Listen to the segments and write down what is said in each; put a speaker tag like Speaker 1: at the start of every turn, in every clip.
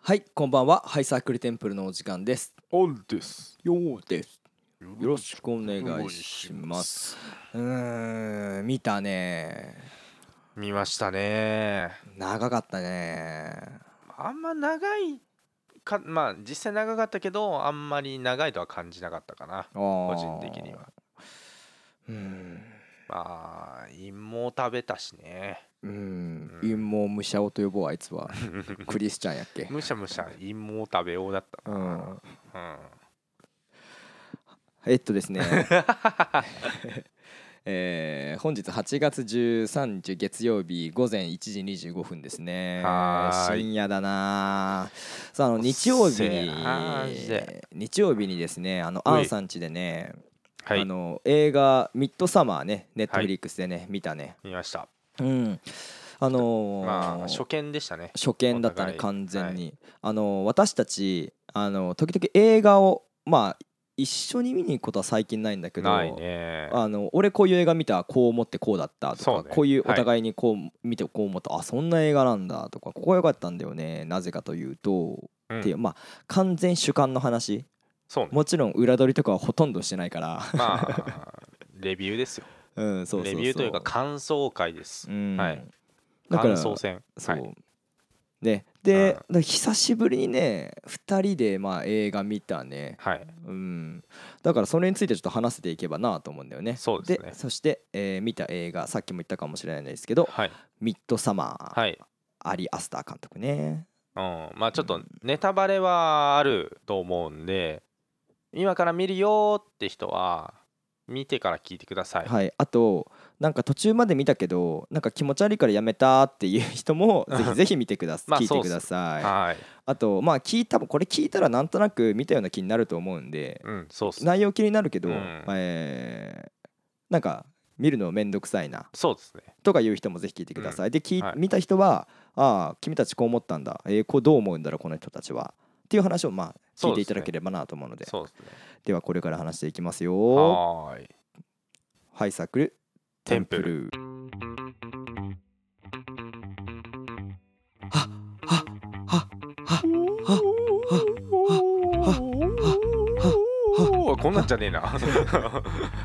Speaker 1: はいこんばんはハイサークルテンプルのお時間です
Speaker 2: オンです。
Speaker 1: ようです
Speaker 2: よ
Speaker 1: よろしくお願いします
Speaker 2: す。
Speaker 1: うーん見たね
Speaker 2: 見ましたね。
Speaker 1: 長かったね
Speaker 2: あんま長いか、まあ実際長かったけど、あんまり長いとは感じなかったかな。
Speaker 1: 個
Speaker 2: 個人的には。
Speaker 1: うん
Speaker 2: まあ陰謀食べたしね。
Speaker 1: うん
Speaker 2: うん
Speaker 1: 陰謀無者をと呼ぼうあいつはクリスチャンやっけ
Speaker 2: むしゃむしゃ陰謀食べようだっ
Speaker 1: うん
Speaker 2: たな。
Speaker 1: えっとですね えー本日8月13日月曜日午前1時25分ですね
Speaker 2: はーい
Speaker 1: 深夜だなさああの日曜日に
Speaker 2: おっせえなマジで
Speaker 1: 日曜日にですねあの
Speaker 2: うい
Speaker 1: アンさん家でね、
Speaker 2: は
Speaker 1: あ
Speaker 2: い。
Speaker 1: の映画「ミッドサマーね」ネットフリックスでね、見たね
Speaker 2: 見ました。
Speaker 1: うんあのー
Speaker 2: まあ初見でしたね。
Speaker 1: 初見だったね
Speaker 2: お互い
Speaker 1: 完全に、あの私たちあの時々映画をまあ一緒に見に行くことは最近ないんだけど
Speaker 2: ないね。
Speaker 1: あの俺こういう映画見たこう思ってこうだったと
Speaker 2: そ
Speaker 1: か、
Speaker 2: うね
Speaker 1: こういう
Speaker 2: は
Speaker 1: お
Speaker 2: い
Speaker 1: 互いにこう見てこう思った、あそんな映画なんだとかここが良かったんだよねなぜかというと、
Speaker 2: うん
Speaker 1: っていうまあ完全主観の話
Speaker 2: そうね。
Speaker 1: もちろん裏取りとかはほとんどしてないから、
Speaker 2: まあレビューですよ。
Speaker 1: うん、そうそうそう
Speaker 2: レビューというか感想会です
Speaker 1: う。ん
Speaker 2: はい
Speaker 1: だから
Speaker 2: 感想戦。
Speaker 1: そう、
Speaker 2: はい
Speaker 1: ねで、だから久しぶりにね2人でまあ映画見たね
Speaker 2: はい。
Speaker 1: うん、だからそれについてちょっと話せていけばなと思うんだよね。
Speaker 2: そうですね
Speaker 1: そして、えー見た映画さっきも言ったかもしれないんですけど
Speaker 2: はい。
Speaker 1: 「ミッドサマー」
Speaker 2: はい。
Speaker 1: アリ・アスター監督ね。
Speaker 2: うん、まあちょっとネタバレはあると思うんで、今から見るよーって人は、見てから聞いてください。
Speaker 1: はい、あとなんか途中まで見たけどなんか気持ち悪いからやめたっていう人 もぜひぜひ見てください、
Speaker 2: まあ
Speaker 1: 聞い
Speaker 2: そ
Speaker 1: て
Speaker 2: うっ
Speaker 1: く
Speaker 2: す
Speaker 1: ださい。あ
Speaker 2: はい。
Speaker 1: とまあ聞いたこれ聞いたらなんとなく見たような気になると思うんで
Speaker 2: うん、そうっすね。
Speaker 1: 内容気になるけど、
Speaker 2: うん
Speaker 1: えーなんか見るのめんどくさいな
Speaker 2: そうですね。
Speaker 1: とかいう人もぜひ聞いてください。で、聞い
Speaker 2: はい
Speaker 1: 見た人は、ああ、君たちこう思ったんだ、えーこうどう思うんだろう、この人たちは。っていう話をまあ聞いていただければなと思うので、で
Speaker 2: そうですね。
Speaker 1: はこれから話していきますよ。
Speaker 2: はーい。
Speaker 1: ハイサークル、テ
Speaker 2: テ
Speaker 1: ン
Speaker 2: ン
Speaker 1: プ
Speaker 2: プ
Speaker 1: ル。ははははは
Speaker 2: おーこんなんじゃね えな。は、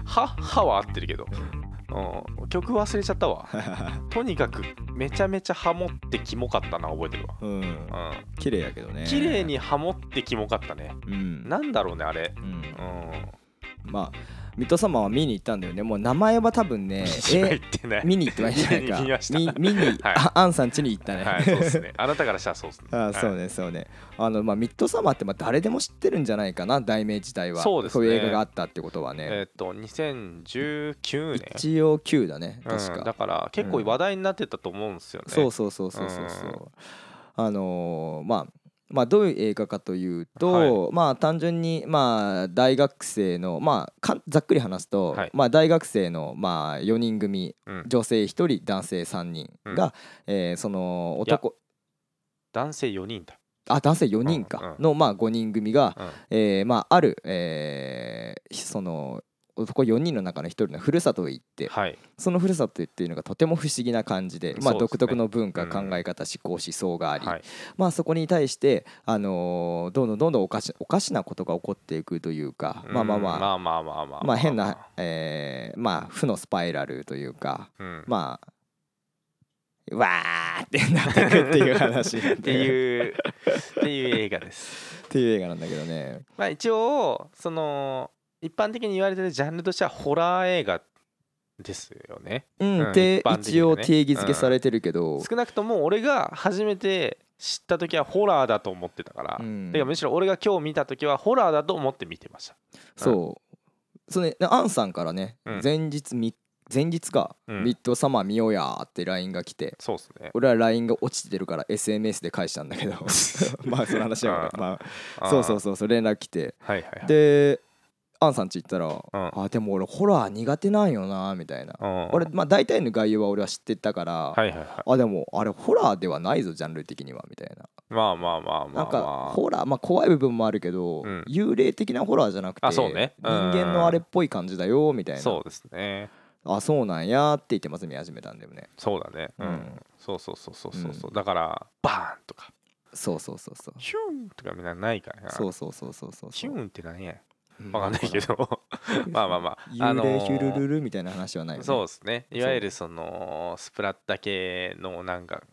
Speaker 2: はは合ってるけど。うん、曲忘れちゃっ たわ。とにかくめちゃめちゃハモってキモかったな、覚えてる
Speaker 1: うん、
Speaker 2: わ。うん。
Speaker 1: 綺麗やけどね。
Speaker 2: 綺麗。にハモってキモかったね。
Speaker 1: うん。
Speaker 2: なんだろうね、あれ
Speaker 1: う。ん
Speaker 2: うん。
Speaker 1: まあ、ミッドサマーは見に行ったんだよね。もう名前は多分 ね、
Speaker 2: 一番言ってない。
Speaker 1: 見に行ってないじゃないか。
Speaker 2: 見に行きました
Speaker 1: み見に、
Speaker 2: はい
Speaker 1: あアンさん家に行ったね。
Speaker 2: はい、そうですね。あなたからしたらそうですね。
Speaker 1: ああそう
Speaker 2: ね。
Speaker 1: ねそうねあのまあミッドサマーってまあ誰でも知ってるんじゃないかな題名自体は
Speaker 2: そうですね
Speaker 1: いう映画があったってことはね、
Speaker 2: えーっと、2019年。
Speaker 1: 一応9だね確
Speaker 2: うん
Speaker 1: か、
Speaker 2: だから結構話題になってたと思うんですよね。
Speaker 1: そうそうそうそうそうそう
Speaker 2: うん
Speaker 1: あのーまあまあどういう映画かというと、まあ単純にまあ大学生のまあかんざっくり話すと、
Speaker 2: はい
Speaker 1: まあ大学生のまあ4人組
Speaker 2: うん
Speaker 1: 女性1人男性3人が、えーその
Speaker 2: いや
Speaker 1: 男
Speaker 2: 男性4人だ。
Speaker 1: あ男性4人か
Speaker 2: うんうん
Speaker 1: のまあ5人組が、
Speaker 2: うん
Speaker 1: えーまあ、ある、えーその男4人の中の1人のふるさとへ行って
Speaker 2: はい。
Speaker 1: そのふるさとっていうのがとても不思議な感じで、
Speaker 2: そ
Speaker 1: まあ、
Speaker 2: うですね
Speaker 1: 独特の文化、
Speaker 2: うん
Speaker 1: 考え方思考思想があり、
Speaker 2: はい。
Speaker 1: まあ、そこに対して、あのーどんどんどんどんおかしおかしなことが起こっていくというか、まあまあま
Speaker 2: う
Speaker 1: あ、
Speaker 2: んまあまあまあまあ。
Speaker 1: まあ、変な、えーまあ、負のスパイラルというか
Speaker 2: うん。
Speaker 1: まあわーってなってくっていう話なんだよ
Speaker 2: っていう、っていう映画です。
Speaker 1: っていう映画なんだけどね。
Speaker 2: まあ一応、その、一般的に言われてるジャンルとしてはホラー映画ですよね。
Speaker 1: うん、
Speaker 2: うん
Speaker 1: って
Speaker 2: 一般的にね
Speaker 1: 一応定義付けされてるけど、
Speaker 2: 少なくとも俺が初めて知った時はホラーだと思ってたから、
Speaker 1: うん
Speaker 2: てかむしろ俺が今日見た時はホラーだと思って見てました
Speaker 1: そうそれアンさんからね、
Speaker 2: うん
Speaker 1: 前日み前日か、
Speaker 2: うん
Speaker 1: ミッドサマー見ようやーって LINE が来て
Speaker 2: そうっすね
Speaker 1: 俺は LINE が落ちてるから SMS で返したんだ けどまあその話は、
Speaker 2: あー
Speaker 1: ま
Speaker 2: あ
Speaker 1: あ、
Speaker 2: ー
Speaker 1: そうそうそうそう連絡来て
Speaker 2: はいはいはい
Speaker 1: でアンさんち行ったら「
Speaker 2: う
Speaker 1: あでも俺ホラー苦手なんよな」みたいな、
Speaker 2: うん
Speaker 1: 俺まあ大体の概要は俺は知ってたから、
Speaker 2: はいはいは
Speaker 1: あでもあれホラーではないぞジャンル的にはみたいない
Speaker 2: まあまあま
Speaker 1: な
Speaker 2: あまあ
Speaker 1: ん
Speaker 2: ま
Speaker 1: か
Speaker 2: あ
Speaker 1: ホラーまあ怖い部分もあるけど、
Speaker 2: うん
Speaker 1: 幽霊的なホラーじゃなくて
Speaker 2: あそうね
Speaker 1: 人間のあれっぽい感じだよみたいな
Speaker 2: そうですね
Speaker 1: あそうなんやって言ってまず見始めたんだよね
Speaker 2: そうだねうん、
Speaker 1: うん
Speaker 2: そうそうそうそうそうそう
Speaker 1: う
Speaker 2: だからバーンとか
Speaker 1: そうそうそうそう
Speaker 2: ヒューンとかみんなないからな
Speaker 1: そうそうそうそうそう
Speaker 2: ヒ
Speaker 1: そ
Speaker 2: ュ
Speaker 1: う
Speaker 2: ーンって何や
Speaker 1: う
Speaker 2: わかんないけどまあまあまああ
Speaker 1: 幽
Speaker 2: の
Speaker 1: 霊ヒュルル
Speaker 2: ー
Speaker 1: ルみたいな話はないよね
Speaker 2: そうですねいわゆるそのスプラッタ系のなんか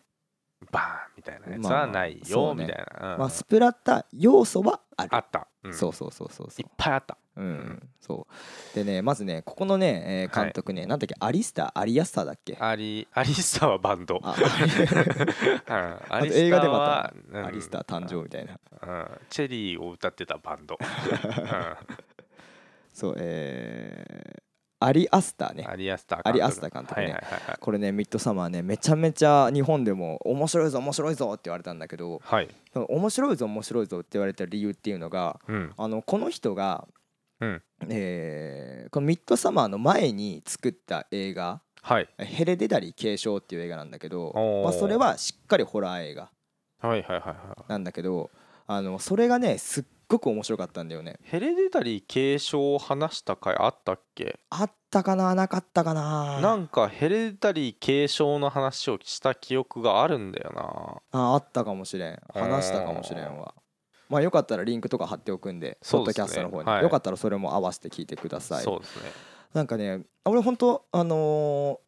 Speaker 2: バーンみたいなやつ
Speaker 1: まあ
Speaker 2: は
Speaker 1: まあ
Speaker 2: ない
Speaker 1: そ
Speaker 2: よ
Speaker 1: うね
Speaker 2: みたいな、うん
Speaker 1: まあスプラッタ要素はある
Speaker 2: あった、うん
Speaker 1: そうそうそうそうそ
Speaker 2: いうっぱいあった
Speaker 1: うん
Speaker 2: ん
Speaker 1: そうでねまずねここのね、えー
Speaker 2: はい
Speaker 1: 監督ね、なんだっけアリスターアリアスターだっけ
Speaker 2: アリアリスターはバンド
Speaker 1: あアリ
Speaker 2: うんア
Speaker 1: と
Speaker 2: リスター
Speaker 1: 映画で
Speaker 2: は
Speaker 1: ま
Speaker 2: うん
Speaker 1: アリスター誕生みたいな
Speaker 2: うんチェリーを歌ってたバ ンド、う
Speaker 1: そうえーアリアスターね
Speaker 2: んアリアスター監督
Speaker 1: アリアスター監督ね
Speaker 2: はいはいはいはい
Speaker 1: これねミッドサマーねめちゃめちゃ日本でも面白いぞ面白いぞって言われたんだけど
Speaker 2: はい、
Speaker 1: その面白いぞ面白いぞって言われた理由っていうのが
Speaker 2: うん、
Speaker 1: あのこの人が、
Speaker 2: うん
Speaker 1: えーこのミッドサマーの前に作った映画
Speaker 2: はい
Speaker 1: 「ヘレデタリー継承」っていう映画なんだけど
Speaker 2: お、ー
Speaker 1: まあ、それはしっかりホラー映画
Speaker 2: はいはいはいはい
Speaker 1: なんだけどあのそれがねすっごく面白かったんだよね。
Speaker 2: ヘレデタリー継承を話した回あったっけ
Speaker 1: あったかななかったかな
Speaker 2: なんかヘレデタリー継承の話をした記憶があるんだよ
Speaker 1: ああったかもしれん話したかもしれんわまあよかったらリンクとか貼っておくんでポ
Speaker 2: そ
Speaker 1: ッ
Speaker 2: うで
Speaker 1: ド
Speaker 2: す
Speaker 1: キャスト
Speaker 2: ね
Speaker 1: の方に、
Speaker 2: はい
Speaker 1: よかったらそれも合わせて聞いてくだ
Speaker 2: な
Speaker 1: さい
Speaker 2: そうですね
Speaker 1: なんかね俺本当あの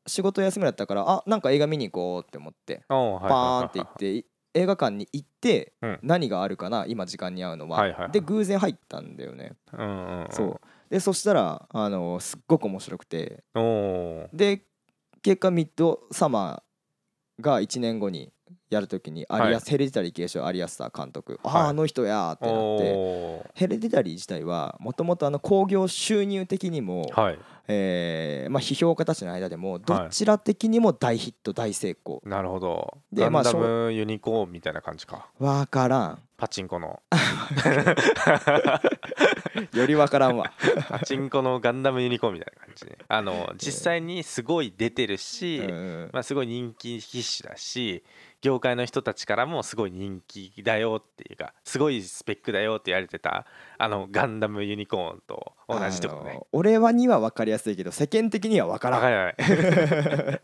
Speaker 1: ー仕事休みだったからあなんか映画見に行こうって思って
Speaker 2: うんはい
Speaker 1: パーンって行ってい映画館に行って、
Speaker 2: うん
Speaker 1: 何があるかな今時間に合うのは,、
Speaker 2: はいはいはい
Speaker 1: で偶然入ったんだよね、
Speaker 2: はいはいはいうんうんん
Speaker 1: そうでそしたら、あのーすっごく面白くて
Speaker 2: おお
Speaker 1: で結果ミッドサマーが1年後にやるときにアリアス、ヘレディタリー継承アリアスター監督ああ、
Speaker 2: はい
Speaker 1: あの人やーってなって
Speaker 2: お
Speaker 1: ヘレディタリー自体はもともと興行収入的にも、
Speaker 2: ーはい
Speaker 1: えーまあ、批評家たちの間でもどちら的にも大ヒット大成功
Speaker 2: なるほど
Speaker 1: で
Speaker 2: ガン
Speaker 1: まあ
Speaker 2: ダムユニコーンみたいな感じか
Speaker 1: わからん
Speaker 2: パチンコの
Speaker 1: よりわからんわ
Speaker 2: パチンコのガンダムユニコーンみたいな感じねあの実際にす ごい出てるし、
Speaker 1: うんうん
Speaker 2: まあ、すごい人気必至だし業界の人たちからもすごい人気だよっていうかすごいスペックだよって言われてたあのガンダムユニコーンと同じとこ
Speaker 1: あ
Speaker 2: ね
Speaker 1: の俺はには分かりやすいけど世間的には分から
Speaker 2: わ
Speaker 1: ん
Speaker 2: からない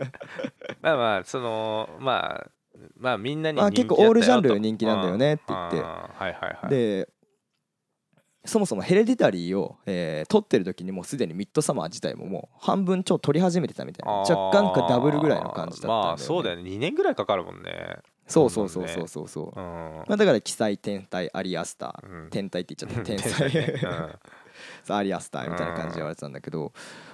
Speaker 2: まあまあそのまあまあみんなに
Speaker 1: まあ、
Speaker 2: 人気
Speaker 1: 結構オールジャンル
Speaker 2: に
Speaker 1: 人気なんだよねって言って
Speaker 2: はいはいはい
Speaker 1: でそもそもヘレディタリーを、えー撮ってる時にもうすでにミッドサマー自体ももう半分超撮り始めてたみたいな
Speaker 2: あー
Speaker 1: 若干かダブルぐらいの感じだったんだよ、ね、
Speaker 2: まあそうだよね2年ぐらいかかるもんね
Speaker 1: そうそうそうそうそうそう、
Speaker 2: うん、
Speaker 1: まあ、だから奇才天才アリアスター、
Speaker 2: うん
Speaker 1: 天才って言っちゃった天
Speaker 2: 天才ね
Speaker 1: 才そうアリアスターみたいな感じで言われてたんだけど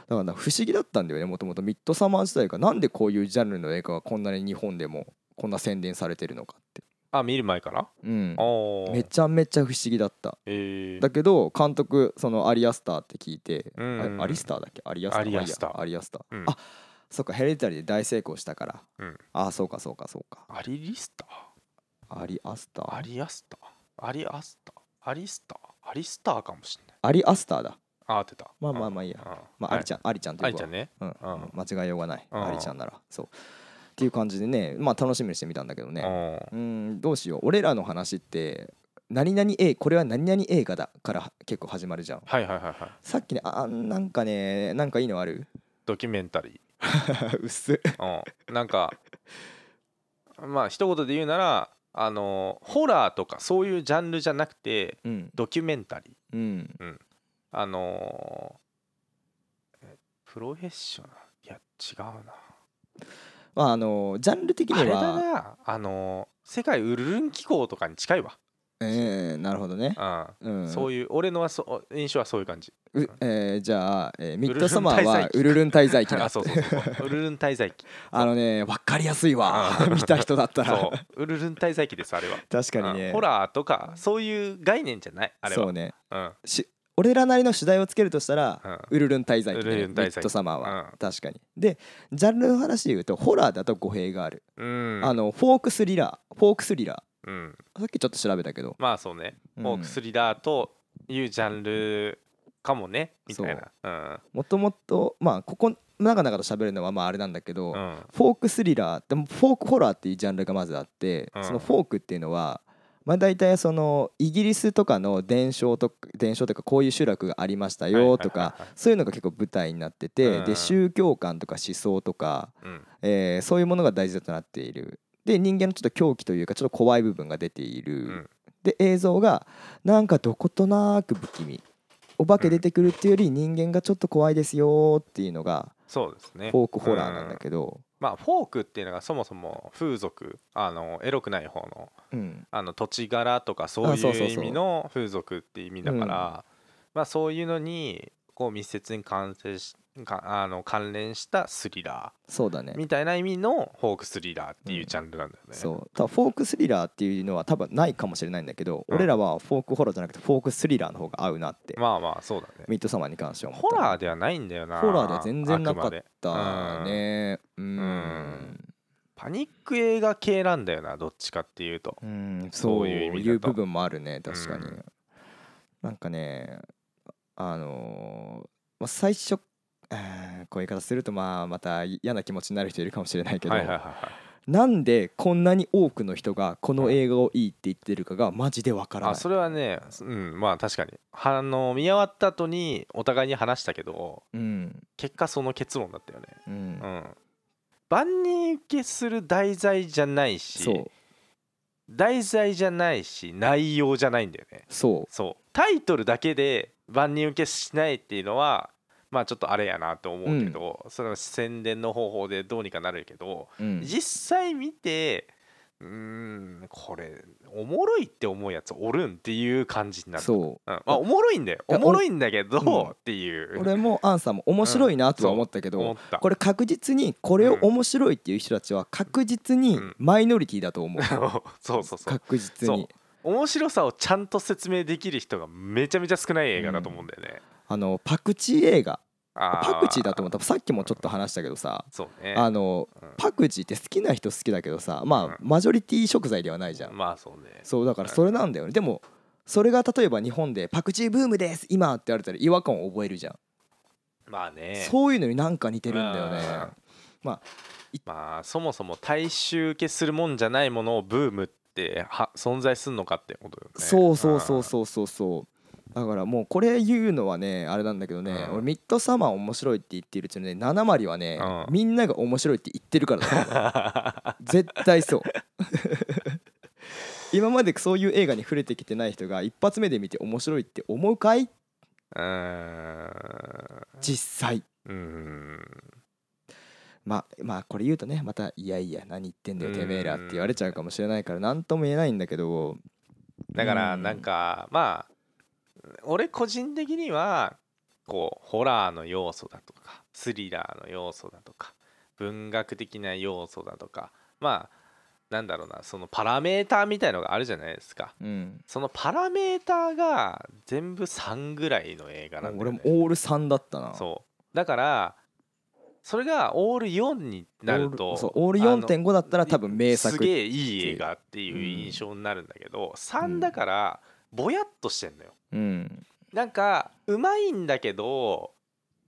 Speaker 1: だから不思議だったんだよねもともとミッドサマー自体がなんでこういうジャンルの映画がこんなに日本でもこんな宣伝されてるのかって
Speaker 2: あ見る前から
Speaker 1: うん
Speaker 2: おー
Speaker 1: めちゃめちゃ不思議だった
Speaker 2: えー
Speaker 1: だけど監督そのアリアスターって聞いて、
Speaker 2: うんうんうん
Speaker 1: あアリスターだっけアリアスター
Speaker 2: アリアスター
Speaker 1: まあいいやアリアスター、
Speaker 2: うん
Speaker 1: あそっかヘレディタリーで大成功したから、
Speaker 2: うん
Speaker 1: あそうかそうかそうか
Speaker 2: アリリスタ
Speaker 1: アリアスター
Speaker 2: アリアスタアリアスタアリスタアリスターかもしれない
Speaker 1: アリアスターだ
Speaker 2: あ当てた
Speaker 1: まあまあ
Speaker 2: うん
Speaker 1: まあいいや
Speaker 2: うん
Speaker 1: まあ、
Speaker 2: はい
Speaker 1: アリちゃんアリちゃんと
Speaker 2: ア
Speaker 1: い
Speaker 2: リ
Speaker 1: う
Speaker 2: ちゃんね
Speaker 1: うん
Speaker 2: うん
Speaker 1: うん間違いようがない、
Speaker 2: うん
Speaker 1: アリちゃんならそうっていう感じでねまあ楽しみにしてみたんだけどね
Speaker 2: う
Speaker 1: うんどうしよう俺らの話って何々映これは何々映画だから結構始まるじゃん
Speaker 2: んはいはいはいはい
Speaker 1: さっきねあなんかねなんかいいのある
Speaker 2: ドキュメンタリ
Speaker 1: 薄っ
Speaker 2: ーうんなんか まあ一言で言うならあのホラーとかそういうジャンルじゃなくて
Speaker 1: うん
Speaker 2: ドキュメンタリ
Speaker 1: う
Speaker 2: ー
Speaker 1: ん
Speaker 2: あのーえプロフェッショナルいや違うな
Speaker 1: まああのジャンル的に
Speaker 2: あれだ
Speaker 1: は
Speaker 2: なあのー世界ウルルン機構とかに近いわ、
Speaker 1: えーなるほどね、
Speaker 2: う
Speaker 1: うん、
Speaker 2: ん、そう
Speaker 1: いう
Speaker 2: いう俺のはそう印象はそうい う感じ
Speaker 1: う、えーじゃあ、えーミッ
Speaker 2: ルルン
Speaker 1: ドサマーはウルルン滞在期だ
Speaker 2: あそうそうそうそうウルルン滞在 期
Speaker 1: あのね分かりやすいわ見た人だったら
Speaker 2: そうウルルン滞在期ですあれは
Speaker 1: 確かに
Speaker 2: うん
Speaker 1: ね
Speaker 2: ホラーとかそういう概念じゃないあれ
Speaker 1: そう
Speaker 2: は
Speaker 1: ね
Speaker 2: うん
Speaker 1: し俺らなりの主題をつけるとしたら、ウルルン滞在期だ
Speaker 2: ウル
Speaker 1: ね
Speaker 2: ルン
Speaker 1: ミ
Speaker 2: 滞在期
Speaker 1: ッドサマーは、
Speaker 2: うん
Speaker 1: 確かにでジャンルの話で言うとホラーだと語弊がある、
Speaker 2: うん
Speaker 1: あのフォークスリラーフォークスリラ
Speaker 2: うん
Speaker 1: ーさっきちょっと調べたけど
Speaker 2: まあそうね
Speaker 1: うん
Speaker 2: もう薬だというジャンルかもねみたいな
Speaker 1: もともとまあここ長々と喋るのはまああれなんだけど、
Speaker 2: うんうん
Speaker 1: フォークスリラーでもフォークホラーっていうジャンルがまずあって、
Speaker 2: うん
Speaker 1: そのフォークっていうのはまあ大体そのイギリスとかの伝承とか伝承とかこういう集落がありましたよと
Speaker 2: はいはい
Speaker 1: か
Speaker 2: はいはい
Speaker 1: そういうのが結構舞台になってて、
Speaker 2: うん
Speaker 1: で宗教観とか思想とか、
Speaker 2: うん
Speaker 1: えーそういうものが大事だとなっているで人間のちょっと狂気というかちょっと怖い部分が出ている、
Speaker 2: うん
Speaker 1: で映像がなんかどことなく不気味お化け出てくるっていうより人間がちょっと怖いですよっていうのが
Speaker 2: そうですね
Speaker 1: フォークホラーなんだけど、
Speaker 2: まあフォークっていうのがそもそも風俗あのエロくない方の
Speaker 1: うん
Speaker 2: あの土地柄とかそう
Speaker 1: あそうそう
Speaker 2: いう
Speaker 1: そう
Speaker 2: 意味の風俗って意味だから
Speaker 1: うん
Speaker 2: まあそういうのにこう密接に関係しかあの関連したスリラ
Speaker 1: そうだね
Speaker 2: ーみたいな意味のフォークスリラーっていううんジャンルなんだよね。
Speaker 1: そうただフォークスリラーっていうのは多分ないかもしれないんだけど、
Speaker 2: うん
Speaker 1: 俺らはフォークホラーじゃなくてフォークスリラーの方が合うなって、
Speaker 2: まあまあそうだね。
Speaker 1: ミッドサマーに関しては思
Speaker 2: ホラー
Speaker 1: ー
Speaker 2: ではないんだよな。
Speaker 1: ホラーでは全然な
Speaker 2: あ
Speaker 1: か
Speaker 2: くま
Speaker 1: っ
Speaker 2: で
Speaker 1: たねうん
Speaker 2: んパニック映画系なんだよなどっちかっていうと。
Speaker 1: うん
Speaker 2: そ
Speaker 1: そうう
Speaker 2: いう意味だと
Speaker 1: いう部分もあるね確かに、
Speaker 2: うん
Speaker 1: なんかねあのーまあ、最初えーこういう言い方するとまあまた嫌な気持ちになる人いるかもしれないけど、
Speaker 2: はいはいはいはい。
Speaker 1: なんでこんなに多くの人がこの映画をいいって言ってるかがマジでわからな
Speaker 2: あ
Speaker 1: い
Speaker 2: それはねうんまあ確かにあの見終わった後にお互いに話したけど
Speaker 1: うん
Speaker 2: 結果その結論だったよね。
Speaker 1: うん
Speaker 2: うん万人受けする題材じゃないし
Speaker 1: そう
Speaker 2: 題材じゃないし内容じゃないんだよね
Speaker 1: そう
Speaker 2: そうタイトルだけで万人受けしないっていうのはまあちょっとあれやなと思うけど、その宣伝の方法でどうにかなるけど、
Speaker 1: うん
Speaker 2: 実際見てうーんこれおもろいって思うやつおるんっていう感じになるう、
Speaker 1: そ
Speaker 2: ん、まあおもろいんだよ
Speaker 1: い
Speaker 2: お
Speaker 1: や
Speaker 2: もろいんだけ
Speaker 1: うん
Speaker 2: どっていう
Speaker 1: う、俺もアンさんも面白いなとは思ったけど、
Speaker 2: 思った
Speaker 1: これ確実にこれを面白いっていう人たちは確実に
Speaker 2: うん
Speaker 1: マイノリティだと思う、
Speaker 2: そうそうそう
Speaker 1: 確実
Speaker 2: そう
Speaker 1: に
Speaker 2: 面白さをちゃんと説明できる人がめちゃめちゃ少ない映画だと思うんだよね。
Speaker 1: あのパクチー映画
Speaker 2: あー
Speaker 1: パクチーだと思ったさっきもちょっと話したけどさ
Speaker 2: そうね。
Speaker 1: あの
Speaker 2: うん
Speaker 1: パクチーって好きな人好きだけどさまあ
Speaker 2: う
Speaker 1: マジョリティ食材ではないじゃん
Speaker 2: まあそうね。
Speaker 1: そうだからそれなんだよねでもそれが例えば日本で「パクチーブームです今!」って言われたら違和感を覚えるじゃん
Speaker 2: まあね。
Speaker 1: そういうのになんか似てるんだよね
Speaker 2: まあそもそも大衆受けするもんじゃないものをブームっては存在するのかってことよね。
Speaker 1: そうそうそうそうそうそうだからもうこれ言うのはねあれなんだけどね、
Speaker 2: うん
Speaker 1: 俺ミッドサマー面白いって言ってるうちのね7割はね、
Speaker 2: うん
Speaker 1: みんなが面白いって言ってるからだと思う絶対そう 今までそういう映画に触れてきてない人が一発目で見て面白いって思うかい
Speaker 2: うん。
Speaker 1: 実際
Speaker 2: うーん。
Speaker 1: まあまあこれ言うとねまた「いやいや何言ってんだよ
Speaker 2: うん
Speaker 1: てめえら」って言われちゃうかもしれないから何とも言えないんだけど
Speaker 2: だから
Speaker 1: うん
Speaker 2: なんかまあ俺個人的にはこうホラーの要素だとかスリラーの要素だとか文学的な要素だとかまあなんだろうなそのパラメーターみたいのがあるじゃないですか
Speaker 1: うん
Speaker 2: そのパラメーターが全部3ぐらいの映画なんだ
Speaker 1: 俺
Speaker 2: よ、
Speaker 1: も
Speaker 2: ね、
Speaker 1: オール3だったな
Speaker 2: そうだからそれがオール4になる
Speaker 1: オー
Speaker 2: と
Speaker 1: ルそうオール
Speaker 2: あの
Speaker 1: 4.5だったら多分名
Speaker 2: す
Speaker 1: 作
Speaker 2: げえいい映画っていう印象になるんだけど、3だからぼやっとしてんのよ
Speaker 1: うん
Speaker 2: なんかうまいんだけど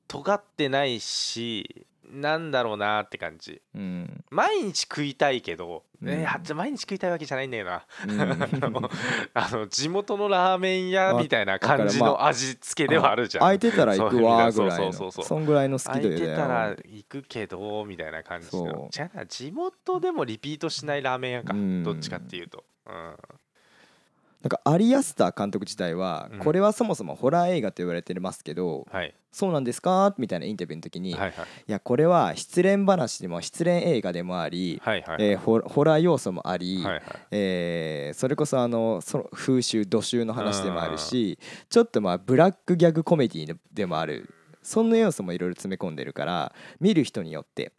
Speaker 2: 尖ってないしなんだろうなって感じ
Speaker 1: うん
Speaker 2: 毎日食いたいけど、
Speaker 1: うん
Speaker 2: ねあじゃあ毎日食いたいわけじゃないんだ よな、
Speaker 1: う
Speaker 2: あの
Speaker 1: ん
Speaker 2: あの地元のラーメン屋みたいな感じ
Speaker 1: わかる
Speaker 2: の味付けではあるじ ゃん、
Speaker 1: 空いてたら行くわぐ
Speaker 2: そういう
Speaker 1: ら
Speaker 2: 意
Speaker 1: い
Speaker 2: 味ではそうそう
Speaker 1: の
Speaker 2: そうそう
Speaker 1: そんぐらいの好き
Speaker 2: 空
Speaker 1: 度
Speaker 2: い
Speaker 1: よ
Speaker 2: てたら
Speaker 1: ね
Speaker 2: 行くけどみたいな感じの
Speaker 1: そう
Speaker 2: じゃあな地元でもリピートしないラーメン屋か、
Speaker 1: うん
Speaker 2: どっちかっていうと、うん、
Speaker 1: なんかアリアスター監督自体は
Speaker 2: うん
Speaker 1: これはそもそもホラー映画と言われてますけど
Speaker 2: はい
Speaker 1: そうなんですかみたいなインタビューの時にい
Speaker 2: はいはい
Speaker 1: やこれは失恋話でも失恋映画でもあり
Speaker 2: はいはい
Speaker 1: えーホホラー要素もあり
Speaker 2: はいはい
Speaker 1: えーそれこそあのその風習土習の話でもあるしちょっとまあブラックギャグコメディでもあるそんな要素もいろいろ詰め込んでるから見る人によって、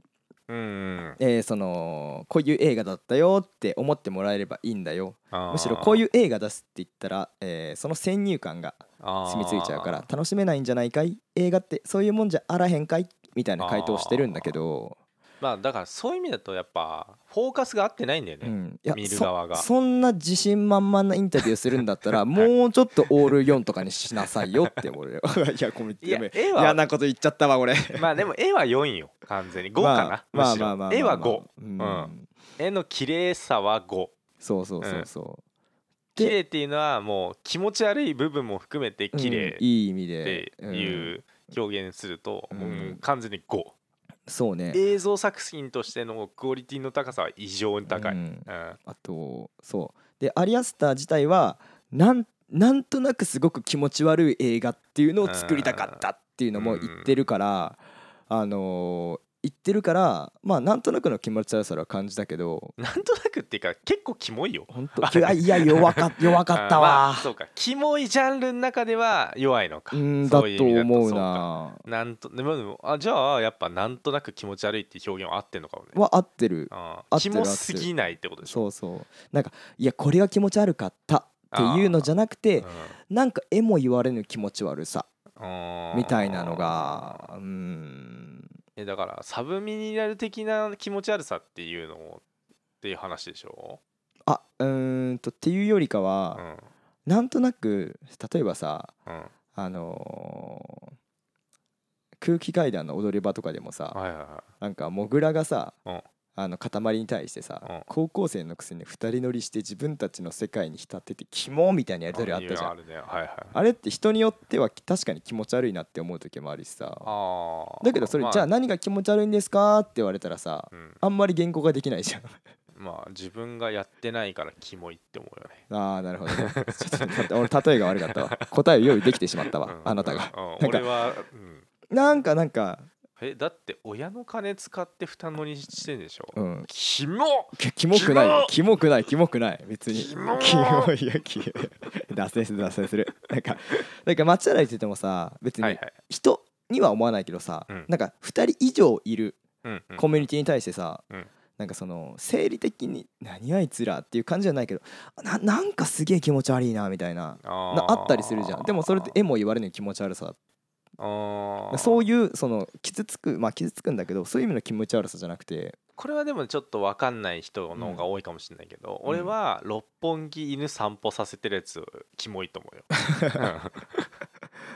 Speaker 2: うんうん
Speaker 1: えーそのこういう映画だったよって思ってもらえればいいんだよ
Speaker 2: あー
Speaker 1: むしろこういう映画出すって言ったら、えーその先入観が
Speaker 2: あー
Speaker 1: 染みついちゃうから楽しめないんじゃないかい映画ってそういうもんじゃあらへんかいみたいな回答をしてるんだけど、
Speaker 2: まあだからそういう意味だとやっぱフォーカスが合ってないんだよ
Speaker 1: う
Speaker 2: ね、
Speaker 1: ん、いや
Speaker 2: 見る
Speaker 1: そ
Speaker 2: 側が
Speaker 1: そんな自信満々なインタビューするんだったらもうちょっとオール4とかにしなさいよって俺いやごめん
Speaker 2: いや
Speaker 1: やべ
Speaker 2: 絵は
Speaker 1: 嫌なこと言っちゃったわ俺
Speaker 2: まあでも絵は4よ完全に5かな、
Speaker 1: ま
Speaker 2: む
Speaker 1: あ
Speaker 2: し
Speaker 1: まあまあ
Speaker 2: ろ
Speaker 1: まあ
Speaker 2: 絵は5
Speaker 1: う
Speaker 2: うん
Speaker 1: ん
Speaker 2: 絵の綺麗さは5
Speaker 1: そうそうそうそうで
Speaker 2: 綺麗っていうのはもう気持ち悪い部分も含めて綺
Speaker 1: う
Speaker 2: 麗
Speaker 1: んいい意味
Speaker 2: って
Speaker 1: でうん
Speaker 2: いう表現すると、
Speaker 1: うん
Speaker 2: もう完全に5
Speaker 1: そうね
Speaker 2: 映像作品としてのクオリティの高さは異常に高い、
Speaker 1: う
Speaker 2: うん
Speaker 1: んあとそうでアリアスター自体はなんなんとなくすごく気持ち悪い映画っていうのを作りたかったっていうのも言ってるから、あのー言ってるからまあなんとなくの気持ち悪さは感じたけど
Speaker 2: なんとなくっていうか結構キモいよ
Speaker 1: 本 当いやいや弱か弱かった
Speaker 2: あーまあ
Speaker 1: わ、
Speaker 2: そうかキモいジャンルの中では弱いのか
Speaker 1: うんだ
Speaker 2: そ
Speaker 1: と
Speaker 2: い意味
Speaker 1: 思
Speaker 2: そうか
Speaker 1: な
Speaker 2: なんとでもでもあじゃあやっぱなんとなく気持ち悪いっていう表現は合ってんのかもね
Speaker 1: は合ってる
Speaker 2: あ
Speaker 1: 合
Speaker 2: ー
Speaker 1: って
Speaker 2: キ
Speaker 1: る
Speaker 2: モすぎないってことでしょ
Speaker 1: そうそうなんかいやこれが気持ち悪かったっていうのじゃなくてなんか絵も言われぬ気持ち悪さみたいなのがうん
Speaker 2: えだからサブミニラル的な気持ち悪さっていうのをっていう話でしょ、
Speaker 1: あうーんとっていうよりか
Speaker 2: う
Speaker 1: は、
Speaker 2: ん
Speaker 1: なんとなく例えばさ
Speaker 2: うん、
Speaker 1: あのー空気階段の踊り場とかでもさ
Speaker 2: はいはいは
Speaker 1: なんかモグラがさ、
Speaker 2: うん
Speaker 1: あの塊に対してさ、
Speaker 2: うん
Speaker 1: 高校生のくせに二人乗りして自分たちの世界に浸っててキモみたいなや
Speaker 2: い
Speaker 1: り取りあったじゃん
Speaker 2: あるねはいはい
Speaker 1: あれって人によっては確かに気持ち悪いなって思う時もあるしさ
Speaker 2: あー
Speaker 1: だけどそれ
Speaker 2: まあ
Speaker 1: じゃあ何が気持ち悪いんですかって言われたらさ
Speaker 2: うん
Speaker 1: あんまり言語ができないじゃん
Speaker 2: まあ自分がやってないからキモいって思うよね
Speaker 1: ああなるほどねちょっと俺例えが悪かったわ答えを用意できてしまったわ
Speaker 2: うん
Speaker 1: あなたが
Speaker 2: うん
Speaker 1: なんか
Speaker 2: 俺は、うん、
Speaker 1: なんかなんか
Speaker 2: えだって親の金使って蓋乗りしてんでしょ、
Speaker 1: うん
Speaker 2: キモ
Speaker 1: きキモくない
Speaker 2: キ
Speaker 1: キ
Speaker 2: モ
Speaker 1: モくないキモくない別に
Speaker 2: キモ
Speaker 1: キモいやキモい脱線する脱線するなんかなんか街歩いててもさ別
Speaker 2: はい
Speaker 1: に
Speaker 2: はい、
Speaker 1: 人には思わないけどさ
Speaker 2: うん
Speaker 1: なんか2人以上いる
Speaker 2: うんうん、
Speaker 1: コミュニティに対してさ、
Speaker 2: うん
Speaker 1: なんかその生理的に「何あいつら」っていう感じじゃないけどななんかすげえ気持ち悪いなみたいな
Speaker 2: あ
Speaker 1: な
Speaker 2: ー
Speaker 1: あったりするじゃんでもそれって絵も言われぬ気持ち悪さ
Speaker 2: あー
Speaker 1: そういうその傷つくまあ傷つくんだけどそういう意味の気持ち悪さじゃなくて
Speaker 2: これはでもちょっと分かんない人の方が多いかもしれないけど、
Speaker 1: うん
Speaker 2: 俺は六本木犬散歩させてるやつキモいと思う よ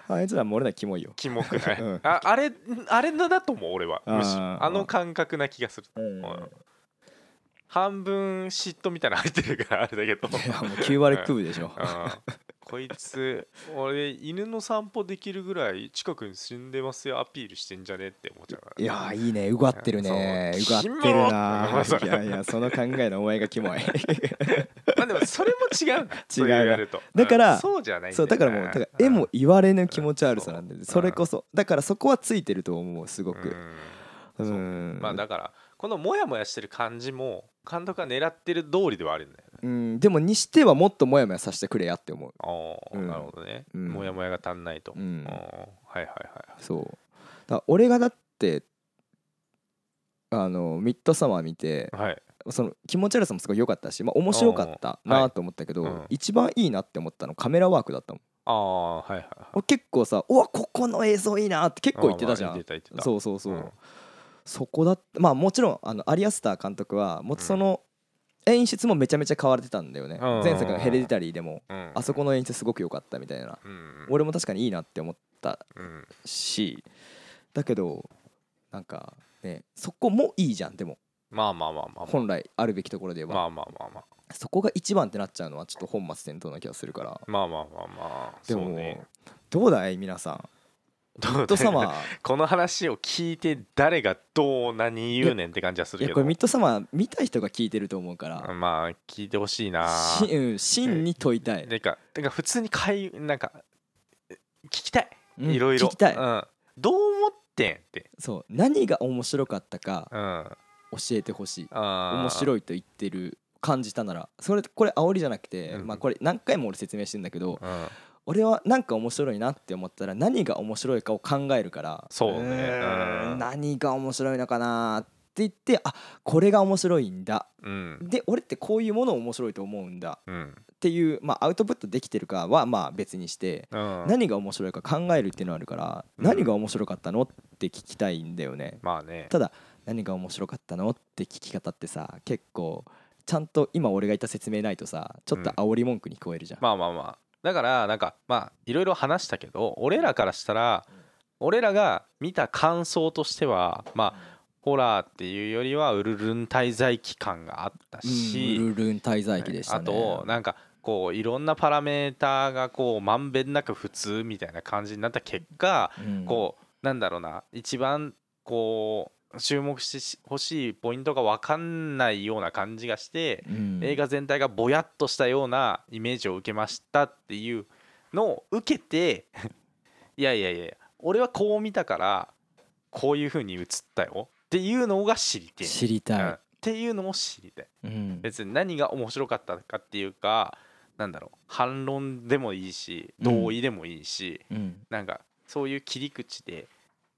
Speaker 2: うん
Speaker 1: あいつら漏れないキモいよ。
Speaker 2: キモくない、
Speaker 1: うん
Speaker 2: ああれあれだと思う俺はむしろ
Speaker 1: あー
Speaker 2: あの感覚な気がする、
Speaker 1: うん
Speaker 2: うん半分嫉妬みたいなの入ってるからあれだけど
Speaker 1: いやもう9割9分でしょ。
Speaker 2: うんこいつ俺犬の散歩できるぐらい近くに住んでますよアピールしてんじゃねって思っちゃうから
Speaker 1: いやーいいねうがってるねう
Speaker 2: そ
Speaker 1: が
Speaker 2: う
Speaker 1: ってる
Speaker 2: キモ
Speaker 1: な
Speaker 2: っ
Speaker 1: いやいやその考えのお前がキ モい
Speaker 2: まあでもそれも違 うなそう言われると
Speaker 1: だから
Speaker 2: うんそうじゃないん
Speaker 1: そうだからもうだから絵も言われぬ気持ち悪さなんでそれこそだからそこはついてると思うすご
Speaker 2: ご
Speaker 1: く、
Speaker 2: そう
Speaker 1: うん
Speaker 2: まあだからこのモヤモヤしてる感じも監督が狙ってる通りではあるんだよね
Speaker 1: うん、でもにしてはもっとモヤモヤさせてくれやって思う、
Speaker 2: ああ、
Speaker 1: うん
Speaker 2: なるほどね、
Speaker 1: うん
Speaker 2: モヤモヤが足んないと、
Speaker 1: うん
Speaker 2: あーはいはいはい
Speaker 1: そうだから俺がだってあのミッドサマー見て
Speaker 2: はい
Speaker 1: その気持ち悪さもすごい良かったし、まあ、面白かったなと思ったけど、
Speaker 2: はいうん
Speaker 1: 一番いいなって思ったのカメラワークだったもん
Speaker 2: ああはいはいはい
Speaker 1: 俺結構さ「うわここの映像いいな」って結構言ってたじゃ
Speaker 2: あーまあ
Speaker 1: ん
Speaker 2: 言ってた言ってた
Speaker 1: そうそうそう、
Speaker 2: うん
Speaker 1: そこだってまあもちろんあのアリアスター監督はもうその演出もめちゃめちゃ変われてたんだよね、
Speaker 2: うん
Speaker 1: 前作の「ヘレディタリー」でも
Speaker 2: うん
Speaker 1: あそこの演出すごく良かったみたいな、
Speaker 2: うん
Speaker 1: 俺も確かにいいなって思った
Speaker 2: うん
Speaker 1: しだけどなんかねそこもいいじゃんでも
Speaker 2: まあまあまあまあ
Speaker 1: 本来あるべきところで
Speaker 2: ま
Speaker 1: は、
Speaker 2: あまあまあまあ
Speaker 1: そこが一番ってなっちゃうのはちょっと本末転倒な気がするから
Speaker 2: まあまあまあまあ
Speaker 1: で
Speaker 2: そう
Speaker 1: も、
Speaker 2: ね
Speaker 1: どうだい皆 さん
Speaker 2: ど
Speaker 1: ミッドサマー
Speaker 2: この話を聞いて誰がどう何言うねんって感じはす
Speaker 1: い
Speaker 2: る
Speaker 1: や
Speaker 2: け
Speaker 1: こ
Speaker 2: ど
Speaker 1: れミッドサマー見た人が聞いてると思うから、
Speaker 2: まあ聞いてほしいな
Speaker 1: しうん、真に問いたい、
Speaker 2: てかてか普通に会なんかえ聞きたい
Speaker 1: うん
Speaker 2: いろいろ
Speaker 1: 聞きたい、
Speaker 2: うん、どう思ってんって、
Speaker 1: そう何が面白かったか
Speaker 2: うん、あ
Speaker 1: 教えてほしい面
Speaker 2: 面い
Speaker 1: 白いと言ってる感じたならそれこれ煽りじゃなくて、
Speaker 2: うん
Speaker 1: まあこれ何回も俺説明してんだけど
Speaker 2: うん、
Speaker 1: 俺はなんか面白いなって思ったら何が面白いかを考えるから
Speaker 2: そうね
Speaker 1: ー
Speaker 2: うんん
Speaker 1: 何が面白いのかなって言ってあこれが面白いんだ
Speaker 2: うん
Speaker 1: で俺ってこういうものを面白いと思うんだ
Speaker 2: う
Speaker 1: っ
Speaker 2: ん
Speaker 1: ていう、まあ、アウトプットできてるかはまあ別にして
Speaker 2: うん
Speaker 1: 何が面白いか考えるっていうのあるから
Speaker 2: うん
Speaker 1: 何が面白かったのって聞きたいんだよね
Speaker 2: まあね
Speaker 1: ただ何が面白かったのって聞き方ってさ結構ちゃんと今俺が言った説明ないとさちょっと煽り文句に聞こえるじゃん、
Speaker 2: まあまあまあだからなんかまあいろいろ話したけど俺らからしたら俺らが見た感想としてはまあホラーっていうよりはウルルン滞在期間があったし、
Speaker 1: うんウルルン滞在期でしたね
Speaker 2: あとなんかこういろんなパラメーターがこうまんべんなく普通みたいな感じになった結果、
Speaker 1: うん
Speaker 2: こうなんだろうな一番こ注目してほしいポイントが分かんないような感じがして、映画全体がぼやっとしたようなイメージを受けましたっていうのを受けて いやいやいやいや俺はこう見たからこういう風に映ったよっていうのが知りてえ
Speaker 1: 知り
Speaker 2: うん
Speaker 1: た
Speaker 2: っていうのも知りたい
Speaker 1: い、うん
Speaker 2: 別に何が面白かったかっていうかなんだろう反論でもいいし
Speaker 1: うん
Speaker 2: 同意でもいいし、
Speaker 1: うん
Speaker 2: なんかそういう切り口で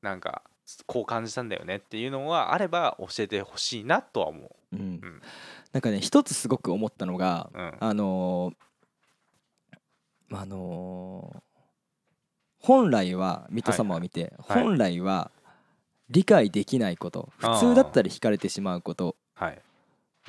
Speaker 2: なんかこう感じたんだよねっていうのがあれば教えてほしいなとは思う。
Speaker 1: うん
Speaker 2: ん
Speaker 1: なんかね一つすごく思ったのが
Speaker 2: うん、
Speaker 1: あのーあのー本来は水戸様を見て、
Speaker 2: はい
Speaker 1: 本来は理解できないこと
Speaker 2: あー
Speaker 1: 普通だったら惹かれてしまうこと
Speaker 2: はい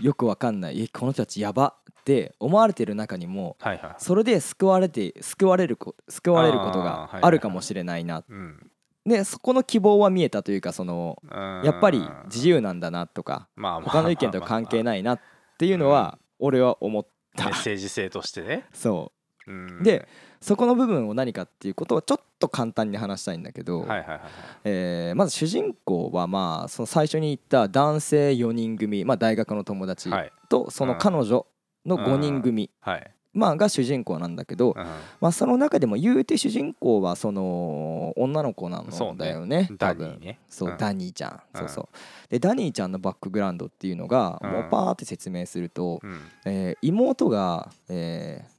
Speaker 1: よくわかんないえこの人たちやばって思われてる中にも
Speaker 2: はいはい。
Speaker 1: それで救われて救われるこ救われること
Speaker 2: あーはい
Speaker 1: が
Speaker 2: はいはい
Speaker 1: あるかもしれないな
Speaker 2: うん、
Speaker 1: でそこの希望は見えたというかそのや
Speaker 2: や
Speaker 1: っぱり自由なんだなとか
Speaker 2: まあまあ
Speaker 1: 他の意見とは関係
Speaker 2: ない
Speaker 1: ないなっていうのは俺は思っ
Speaker 2: メ
Speaker 1: た
Speaker 2: ッセージ性としてね。
Speaker 1: そう
Speaker 2: うん
Speaker 1: でそこの部分を何かっていうことをちょっと簡単に話したいんだけど、
Speaker 2: はいはいはいはい。
Speaker 1: えーまず主人公はまあその最初に言った男性4人組、まあ、大学の友達
Speaker 2: はい
Speaker 1: とその彼女の5人組、
Speaker 2: はい。
Speaker 1: まあ、が主人公なんだけど、まあ、その中でも言うて主人公はその女の子な
Speaker 2: そうんね
Speaker 1: だよね
Speaker 2: うん、ダ
Speaker 1: 多
Speaker 2: ニー
Speaker 1: 分。
Speaker 2: ね。
Speaker 1: そう、
Speaker 2: ん
Speaker 1: ダニーちゃん、
Speaker 2: うん
Speaker 1: そうそうでダニーちゃんのバックグラウンドっていうのが、
Speaker 2: うん
Speaker 1: もうパーって説明すると、
Speaker 2: うん
Speaker 1: えー妹が、えー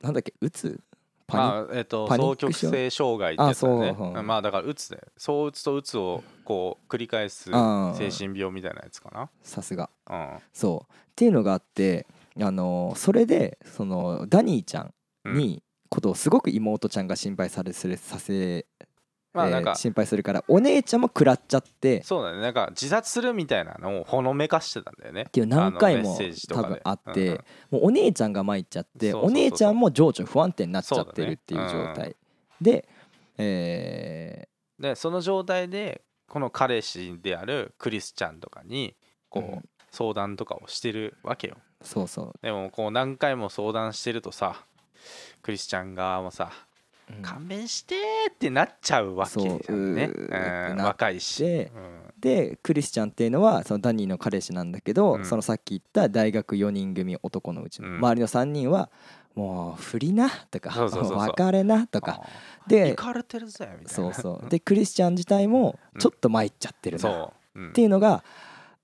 Speaker 1: なんだっけうつパニック
Speaker 2: まあえっと
Speaker 1: パニッ
Speaker 2: 双
Speaker 1: ク症
Speaker 2: 極性障害ってやつだね
Speaker 1: あそううん
Speaker 2: まあだからうつでそううつとうつをこう繰り返す
Speaker 1: あ
Speaker 2: 精
Speaker 1: ー
Speaker 2: 神病みたいなやつか
Speaker 1: さすが
Speaker 2: な
Speaker 1: そうっていうのがあってあのそれでそのダニーちゃん
Speaker 2: うんうん
Speaker 1: にことをすごく妹ちゃんが心配されすれさせ、
Speaker 2: まあな
Speaker 1: え
Speaker 2: んか
Speaker 1: ー心配するからお姉ちゃんも食らっちゃってっ
Speaker 2: そうだねなんか自殺するみたいなのをほのめかしてたんだよね
Speaker 1: ていう何回も
Speaker 2: あのメッセージと
Speaker 1: 多
Speaker 2: か
Speaker 1: 分
Speaker 2: で
Speaker 1: あっ
Speaker 2: うんうん
Speaker 1: てもうお姉ちゃんが参っちゃって
Speaker 2: そうそう
Speaker 1: お
Speaker 2: そうそう
Speaker 1: 姉ちゃんも情緒不安定になっちゃってるっていう
Speaker 2: そうだ
Speaker 1: 状
Speaker 2: ね
Speaker 1: 態でえ
Speaker 2: でその状態でこの彼氏であるクリスちゃんとかにこ
Speaker 1: う
Speaker 2: うん相談とかをしてるわけよ
Speaker 1: ーそうそう
Speaker 2: でもこう何回も相談してるとさクリスちゃん側もさ
Speaker 1: うん
Speaker 2: 勘弁してーってなっちゃうわけじゃんね
Speaker 1: そううーっ
Speaker 2: う
Speaker 1: て
Speaker 2: ん
Speaker 1: なっ
Speaker 2: 若いし、
Speaker 1: で
Speaker 2: うん
Speaker 1: でクリスチャンっていうのはそのダニーの彼氏なんだけど、
Speaker 2: うん
Speaker 1: そのさっき言った大学4人組男のうちの、
Speaker 2: うん
Speaker 1: 周りの3人はもう「振りな」とか「
Speaker 2: そうそうそうそう
Speaker 1: 別れな」とか
Speaker 2: あー
Speaker 1: で
Speaker 2: イカれてるぜみたい
Speaker 1: そ
Speaker 2: な
Speaker 1: うそうでクリスチャン自体も
Speaker 2: うん
Speaker 1: ちょっと参っちゃってるな、っ
Speaker 2: そう、うん
Speaker 1: ていうのが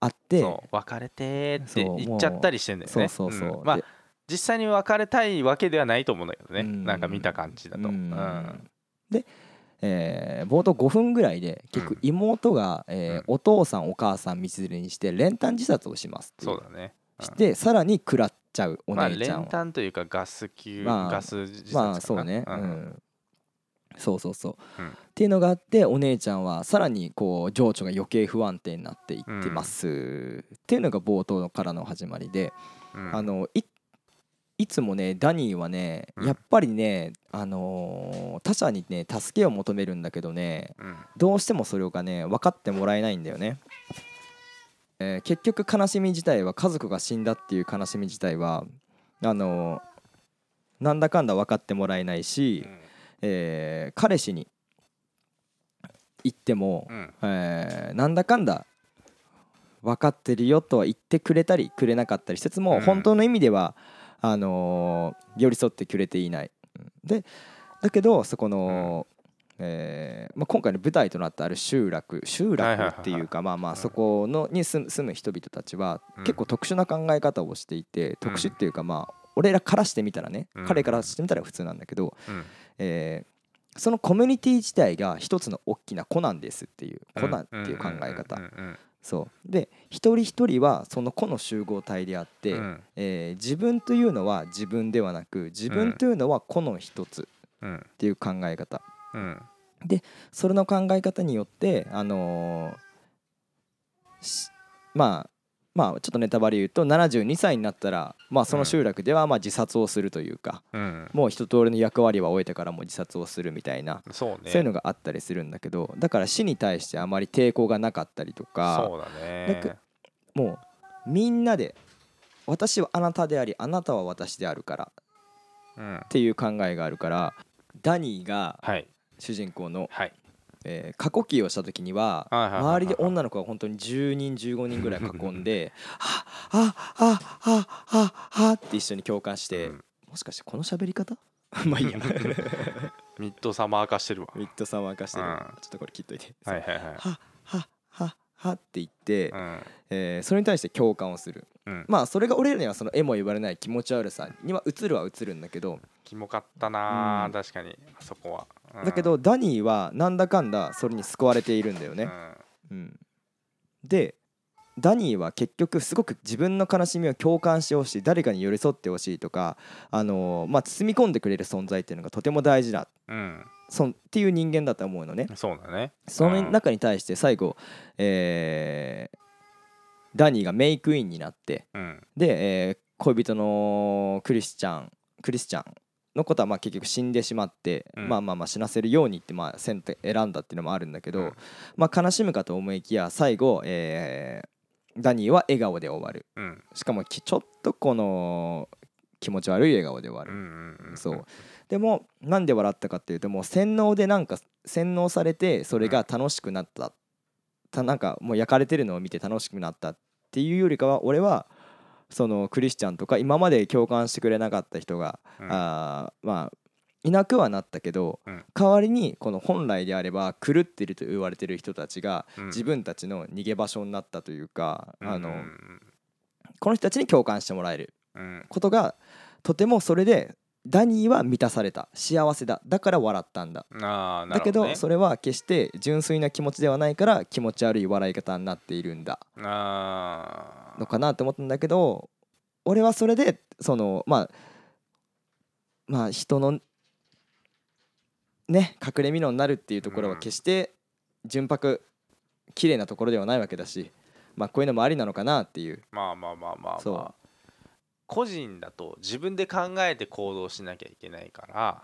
Speaker 1: あって
Speaker 2: そう別れてーって
Speaker 1: そう
Speaker 2: 言っちゃったりしてんだよ
Speaker 1: そう
Speaker 2: ね
Speaker 1: そうそうん
Speaker 2: まあ
Speaker 1: で
Speaker 2: 実際に別れたいわけではないと思うんだけどね、
Speaker 1: うん
Speaker 2: なんか見た感じだと、
Speaker 1: う
Speaker 2: うん
Speaker 1: んで、えー冒頭5分ぐらいで結
Speaker 2: う
Speaker 1: 局
Speaker 2: ん
Speaker 1: 妹が、えー
Speaker 2: うん
Speaker 1: お父さんお母さん道連れにして練炭自殺をしますってい
Speaker 2: そううだねうん
Speaker 1: してさらに食らっちゃうお
Speaker 2: まあ
Speaker 1: 姉ちゃんを、
Speaker 2: 練炭というかガス級、
Speaker 1: まあ
Speaker 2: ガス自殺かな
Speaker 1: まあそうね、うんそうそうそう、
Speaker 2: うん
Speaker 1: っていうのがあってお姉ちゃんはさらにこう情緒が余計不安定になっていってます、っていうのが冒頭からの始まりで、
Speaker 2: うん
Speaker 1: あのいいつもねダニーはね、
Speaker 2: うん
Speaker 1: やっぱりね、あのー他者にね助けを求めるんだけどね
Speaker 2: うん
Speaker 1: どうしてもそれがね分かってもらえないんだよね。えー結局悲しみ自体は家族が死んだっていう悲しみ自体はあのーなんだかんだ分かってもらえないし、えー彼氏に言っても、
Speaker 2: うんうん
Speaker 1: えーなんだかんだ分かってるよとは言ってくれたりくれなかったりしつつも、
Speaker 2: うん
Speaker 1: 本当の意味ではあのー寄り添ってくれていない。うんでだけどそこの、えーまあ、今回の舞台となったある集落集
Speaker 2: はいはい
Speaker 1: 落
Speaker 2: はい
Speaker 1: っていうかまあま
Speaker 2: う
Speaker 1: あ
Speaker 2: ん
Speaker 1: そこのに住む住む人々たちは
Speaker 2: うん
Speaker 1: 結構特殊な考え方をしていて、特殊っていうかまあ俺らからしてみたらね、
Speaker 2: うん
Speaker 1: 彼からしてみたら普通なんだけど、
Speaker 2: うん
Speaker 1: えーそのコミュニティ自体が一つの大きな子なんですっていう
Speaker 2: うん
Speaker 1: 子なんていう考え
Speaker 2: う
Speaker 1: 方
Speaker 2: んうん
Speaker 1: そうで一人一人はその子の集合体であって、
Speaker 2: うん
Speaker 1: えー自分というのは自分ではなく自分というのは子の一つ
Speaker 2: うん
Speaker 1: っていう考え方
Speaker 2: うん
Speaker 1: それの考え方によってあのーしまあまあちょっとネタバレ言うと72歳になったら、まあ、その集落ではまあ自殺をするというか、
Speaker 2: うん
Speaker 1: もう一通りの役割は終えてからもう自殺をするみたいな
Speaker 2: そうね
Speaker 1: そういうのがあったりするんだけどだから死に対してあまり抵抗がなかったりとか
Speaker 2: そうだ
Speaker 1: なん
Speaker 2: ね
Speaker 1: かもうみんなで私はあなたでありあなたは私であるから
Speaker 2: うん
Speaker 1: っていう考えがあるからダニーが
Speaker 2: はい
Speaker 1: 主人公の
Speaker 2: はい
Speaker 1: えー過呼吸をした時には
Speaker 2: はいはいはいはい
Speaker 1: 周りで女の子が本当に10人15人ぐらい囲んで 「はあはあはあはあはあ」って一緒に共感して、
Speaker 2: うん
Speaker 1: もしかしてこの喋り方 まあ いいや
Speaker 2: ミッドサマー化してるわ
Speaker 1: ミッドサマー化してる、
Speaker 2: うん
Speaker 1: ちょっとこれ切っといて「
Speaker 2: はいはいはい
Speaker 1: はははは」って言って、
Speaker 2: うん
Speaker 1: えーそれに対して共感をする
Speaker 2: うん
Speaker 1: まあそれが俺らにはその絵も言われない気持ち悪さには映るは映るんだけど、
Speaker 2: キモかったな
Speaker 1: う
Speaker 2: ー
Speaker 1: ん
Speaker 2: 確かにそこはうん
Speaker 1: だけどダニーはなんだかんだそれに救われているんだよ
Speaker 2: う
Speaker 1: ね、
Speaker 2: ん
Speaker 1: うん、でダニーは結局すごく自分の悲しみを共感してほしい誰かに寄り添ってほしいとか、あのーまあ、包み込んでくれる存在っていうのがとても大事だ
Speaker 2: うん
Speaker 1: そんっていう人間だと思うのね
Speaker 2: そうだね
Speaker 1: その中に対して最後、えーダニーがメイクインになって
Speaker 2: うん
Speaker 1: で、えー恋人のクリスチャンクリスチャンのことはまあ結局死んでしまって、
Speaker 2: うん
Speaker 1: まあまあまあ死なせるようにってまあ選択選んだっていうのもあるんだけど、
Speaker 2: うん
Speaker 1: まあ、悲しむかと思いきや最後、えーダニーは笑顔で終わる
Speaker 2: うん
Speaker 1: しかもきちょっとこの気持ち悪い笑顔で終わ
Speaker 2: うんう
Speaker 1: る、
Speaker 2: んうん
Speaker 1: そう でもなんで笑ったかっていうともう洗脳でなんか洗脳されてそれが楽しくなったたなんかもう焼かれてるのを見て楽しくなったっていうよりかは俺はそのクリスチャンとか今まで共感してくれなかった人が
Speaker 2: うん
Speaker 1: あーまあいなくはなったけど、
Speaker 2: うん
Speaker 1: 代わりにこの本来であれば狂ってると言われてる人たちが
Speaker 2: うん
Speaker 1: 自分たちの逃げ場所になったというか、
Speaker 2: うん
Speaker 1: あの
Speaker 2: うん
Speaker 1: この人たちに共感してもらえる
Speaker 2: うん
Speaker 1: ことがとてもそれでダニーは満たされた幸せだだから笑ったんだ。
Speaker 2: ああ
Speaker 1: だ
Speaker 2: なるほ
Speaker 1: け
Speaker 2: ど
Speaker 1: ど
Speaker 2: ね
Speaker 1: それは決して純粋な気持ちではないから気持ち悪い笑い方になっているんだ
Speaker 2: あ
Speaker 1: のかなって思ったんだけど俺はそれでそのまあまあ人のね隠れみのになるっていうところは
Speaker 2: うん
Speaker 1: 決して純白綺麗なところではないわけだしまあこういうのもありなのかなっていう
Speaker 2: まあまあまあまあま
Speaker 1: そ
Speaker 2: あ個人だと自分で考えて行動しなきゃいけないから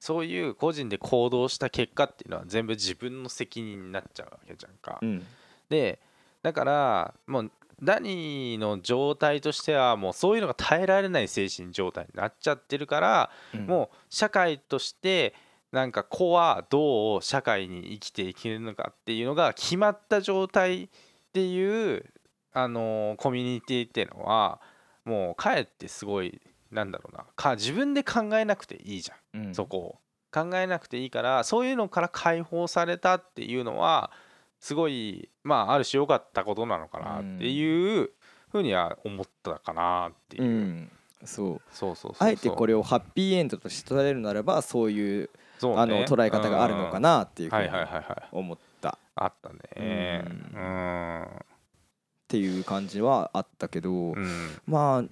Speaker 2: そういう個人で行動した結果っていうのは全部自分の責任になっちゃうわけじゃんか。
Speaker 1: うん
Speaker 2: でだからもうダニーの状態としてはもうそういうのが耐えられない精神状態になっちゃってるから、
Speaker 1: うん
Speaker 2: もう社会としてなんか子はどう社会に生きていけるのかっていうのが決まった状態っていう、あのーコミュニティっていうのはもうかえってすごいなんだろうなか自分で考えなくていいじゃん。
Speaker 1: うん
Speaker 2: そこを考えなくていいからそういうのから解放されたっていうのはすごいまあある種良かったことなのかなっていうふうには思ったかなっていうう、
Speaker 1: んそう
Speaker 2: そうそうそうそ
Speaker 1: あ
Speaker 2: う
Speaker 1: えてこれをハッピーエンドとして捉えるならばそういう
Speaker 2: そうね
Speaker 1: あの捉え方があるのかなっていううんふう
Speaker 2: はい
Speaker 1: に
Speaker 2: はいはいはい
Speaker 1: 思ったっ
Speaker 2: あったね
Speaker 1: う
Speaker 2: う
Speaker 1: ていう感じはあったけど
Speaker 2: んうん
Speaker 1: まあう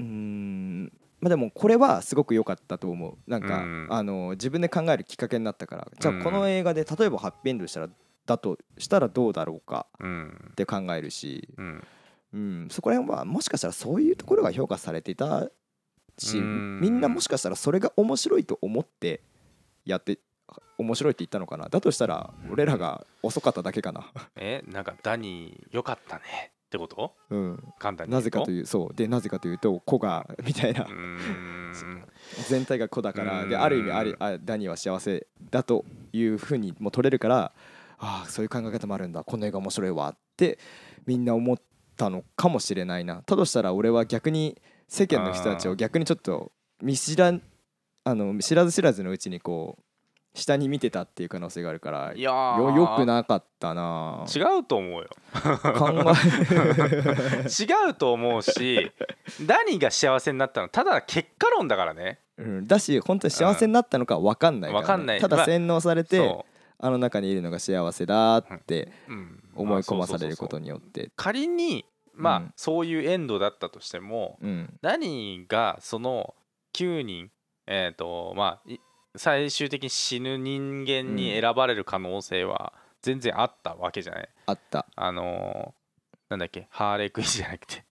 Speaker 1: ーんまあでもこれはすごく良かったと思うなんか、
Speaker 2: うん
Speaker 1: あの自分で考えるきっかけになったからじゃ
Speaker 2: うん
Speaker 1: あこの映画で例えばハッピーエンドしたらだとしたらどうだろうか
Speaker 2: うん
Speaker 1: って考えるし、
Speaker 2: うん
Speaker 1: うん、そこら辺はもしかしたらそういうところが評価されていたし
Speaker 2: うん
Speaker 1: みんなもしかしたらそれが面白いと思ってやって面白いって言ったのかなだとしたら俺らが遅かっただけかな、
Speaker 2: えなんかダニー良かったねってこと
Speaker 1: うん、
Speaker 2: 簡単に
Speaker 1: なぜかと
Speaker 2: いう
Speaker 1: いうそうでなぜかというと子がみたいな
Speaker 2: とうーん
Speaker 1: 全体が子だから
Speaker 2: うん
Speaker 1: である意味ありあダニーは幸せだというふうにも取れるからああそういう考え方もあるんだこの映画面白いわってみんな思ったのかもしれないなたとしたら俺は逆に世間の人たち
Speaker 2: あ
Speaker 1: を
Speaker 2: ー
Speaker 1: 逆にちょっと見知らんあの知らず知らずのうちにこう下に見てたっていう可能性があるから
Speaker 2: い
Speaker 1: よ
Speaker 2: やー
Speaker 1: よくなかったな
Speaker 2: 違うと思うよ
Speaker 1: 考
Speaker 2: 違うと思 うしダニーが幸せになったのはただ結果論だからね
Speaker 1: え、 うん、だし本当に幸せになったのか分かんないから、ね、
Speaker 2: わかんない
Speaker 1: た
Speaker 2: ま
Speaker 1: だ
Speaker 2: あ
Speaker 1: 洗脳されて、
Speaker 2: そ
Speaker 1: あの中にいるのが幸せだって
Speaker 2: う、うん
Speaker 1: 思い込まされるこ
Speaker 2: そうそうそうそう
Speaker 1: とによって
Speaker 2: 仮にまあ、
Speaker 1: うん
Speaker 2: そういうエンドだったとしても
Speaker 1: うん
Speaker 2: ダニーがその9人えっ、とまあい最終的に死ぬ人間に選ばれる可能性は全然あったわけじゃない、
Speaker 1: あった
Speaker 2: あのーなんだっけハーレークイーンじゃなくて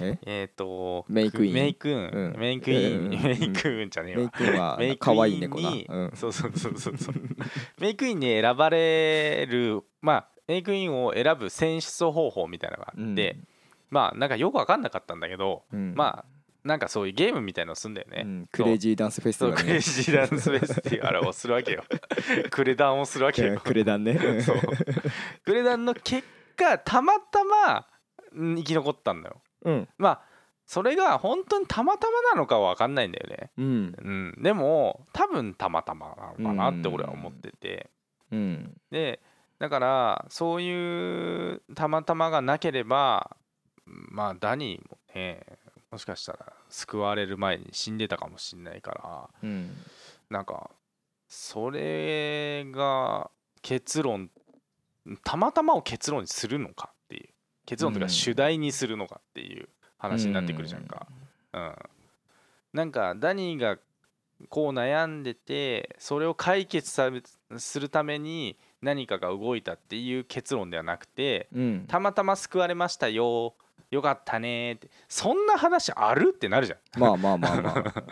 Speaker 1: え
Speaker 2: えっと
Speaker 1: メイクイーン
Speaker 2: メイクイーン、
Speaker 1: うん
Speaker 2: メイクイーン、
Speaker 1: うん
Speaker 2: メイクイーンじゃねえわ
Speaker 1: メイクインは
Speaker 2: メイク
Speaker 1: 可
Speaker 2: イ
Speaker 1: 愛い
Speaker 2: ン
Speaker 1: 猫な
Speaker 2: に
Speaker 1: うん
Speaker 2: そうそうそうそうそう メイクインに選ばれるまあメイクインを選ぶ選出方法みたいなのがあって、
Speaker 1: うん
Speaker 2: まあなんかよく分かんなかったんだけど、
Speaker 1: うん
Speaker 2: まあなんかそういうゲームみたいのすんだよね、
Speaker 1: うん、クレイジーダンスフェスティ
Speaker 2: そう
Speaker 1: バル
Speaker 2: クレイ
Speaker 1: ね
Speaker 2: ジーダンスフェスティバルをするわけ よクレダンをするわけ
Speaker 1: うん
Speaker 2: よ
Speaker 1: クレダンねうん
Speaker 2: そうクレダンの結果たまたまん生き残ったんだよ
Speaker 1: うん
Speaker 2: まあそれが本当にたまたまなのかは分かんないんだよね
Speaker 1: うん
Speaker 2: うんでも多分たまたまなのかなって俺は思ってて
Speaker 1: うん
Speaker 2: でだからそういうたまたまがなければまあダニーもねもしかしたら救われる前に死んでたかもしんないから
Speaker 1: うん
Speaker 2: なんかそれが結論たまたまを結論にするのかっていう結論という
Speaker 1: う
Speaker 2: か
Speaker 1: ん
Speaker 2: 主題にするのかっていう話になってくるじゃんか。うん、なんかダニーがこう悩んでてそれを解決さするために何かが動いたっていう結論ではなくて
Speaker 1: うん
Speaker 2: たまたま救われましたよよかったねってそんな話あるってなるじゃん。
Speaker 1: まあまあまあ まあ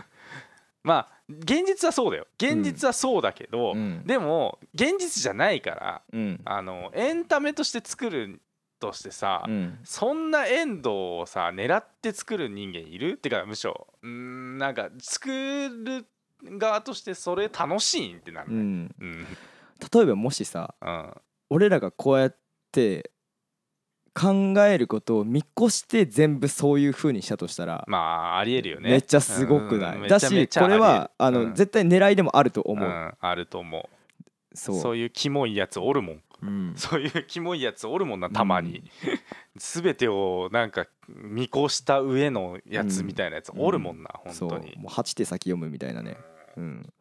Speaker 2: まあ現実はそうだよ現実はそうだけど、
Speaker 1: うん
Speaker 2: でも現実じゃないから
Speaker 1: うん
Speaker 2: あのエンタメとして作るとしてさ、
Speaker 1: うん
Speaker 2: そんなエンドをさ狙って作る人間いるってかむしろうーんなんか作る側としてそれ楽しいんってなる
Speaker 1: う
Speaker 2: ね
Speaker 1: ん
Speaker 2: うん
Speaker 1: 例えばもしさ
Speaker 2: うん
Speaker 1: 俺らがこうやって考えることを見越して全部そういう風にしたとしたら
Speaker 2: まあありえるよね
Speaker 1: めっちゃすごくない、
Speaker 2: うん
Speaker 1: だし
Speaker 2: めちゃ
Speaker 1: こ
Speaker 2: めちゃ
Speaker 1: れはあ
Speaker 2: う
Speaker 1: の
Speaker 2: ん
Speaker 1: 絶対狙いでもあると
Speaker 2: あり
Speaker 1: 思
Speaker 2: えるう
Speaker 1: うん
Speaker 2: あると思う
Speaker 1: そ
Speaker 2: そう
Speaker 1: う
Speaker 2: いうキモいやつおるもん
Speaker 1: うん
Speaker 2: そういうキモいやつおるもんなたまに、 全てをなんか見越した上のやつみたいなやつおるもんな、
Speaker 1: そう
Speaker 2: 本当
Speaker 1: も
Speaker 2: に
Speaker 1: う8手先読むみたいなねうん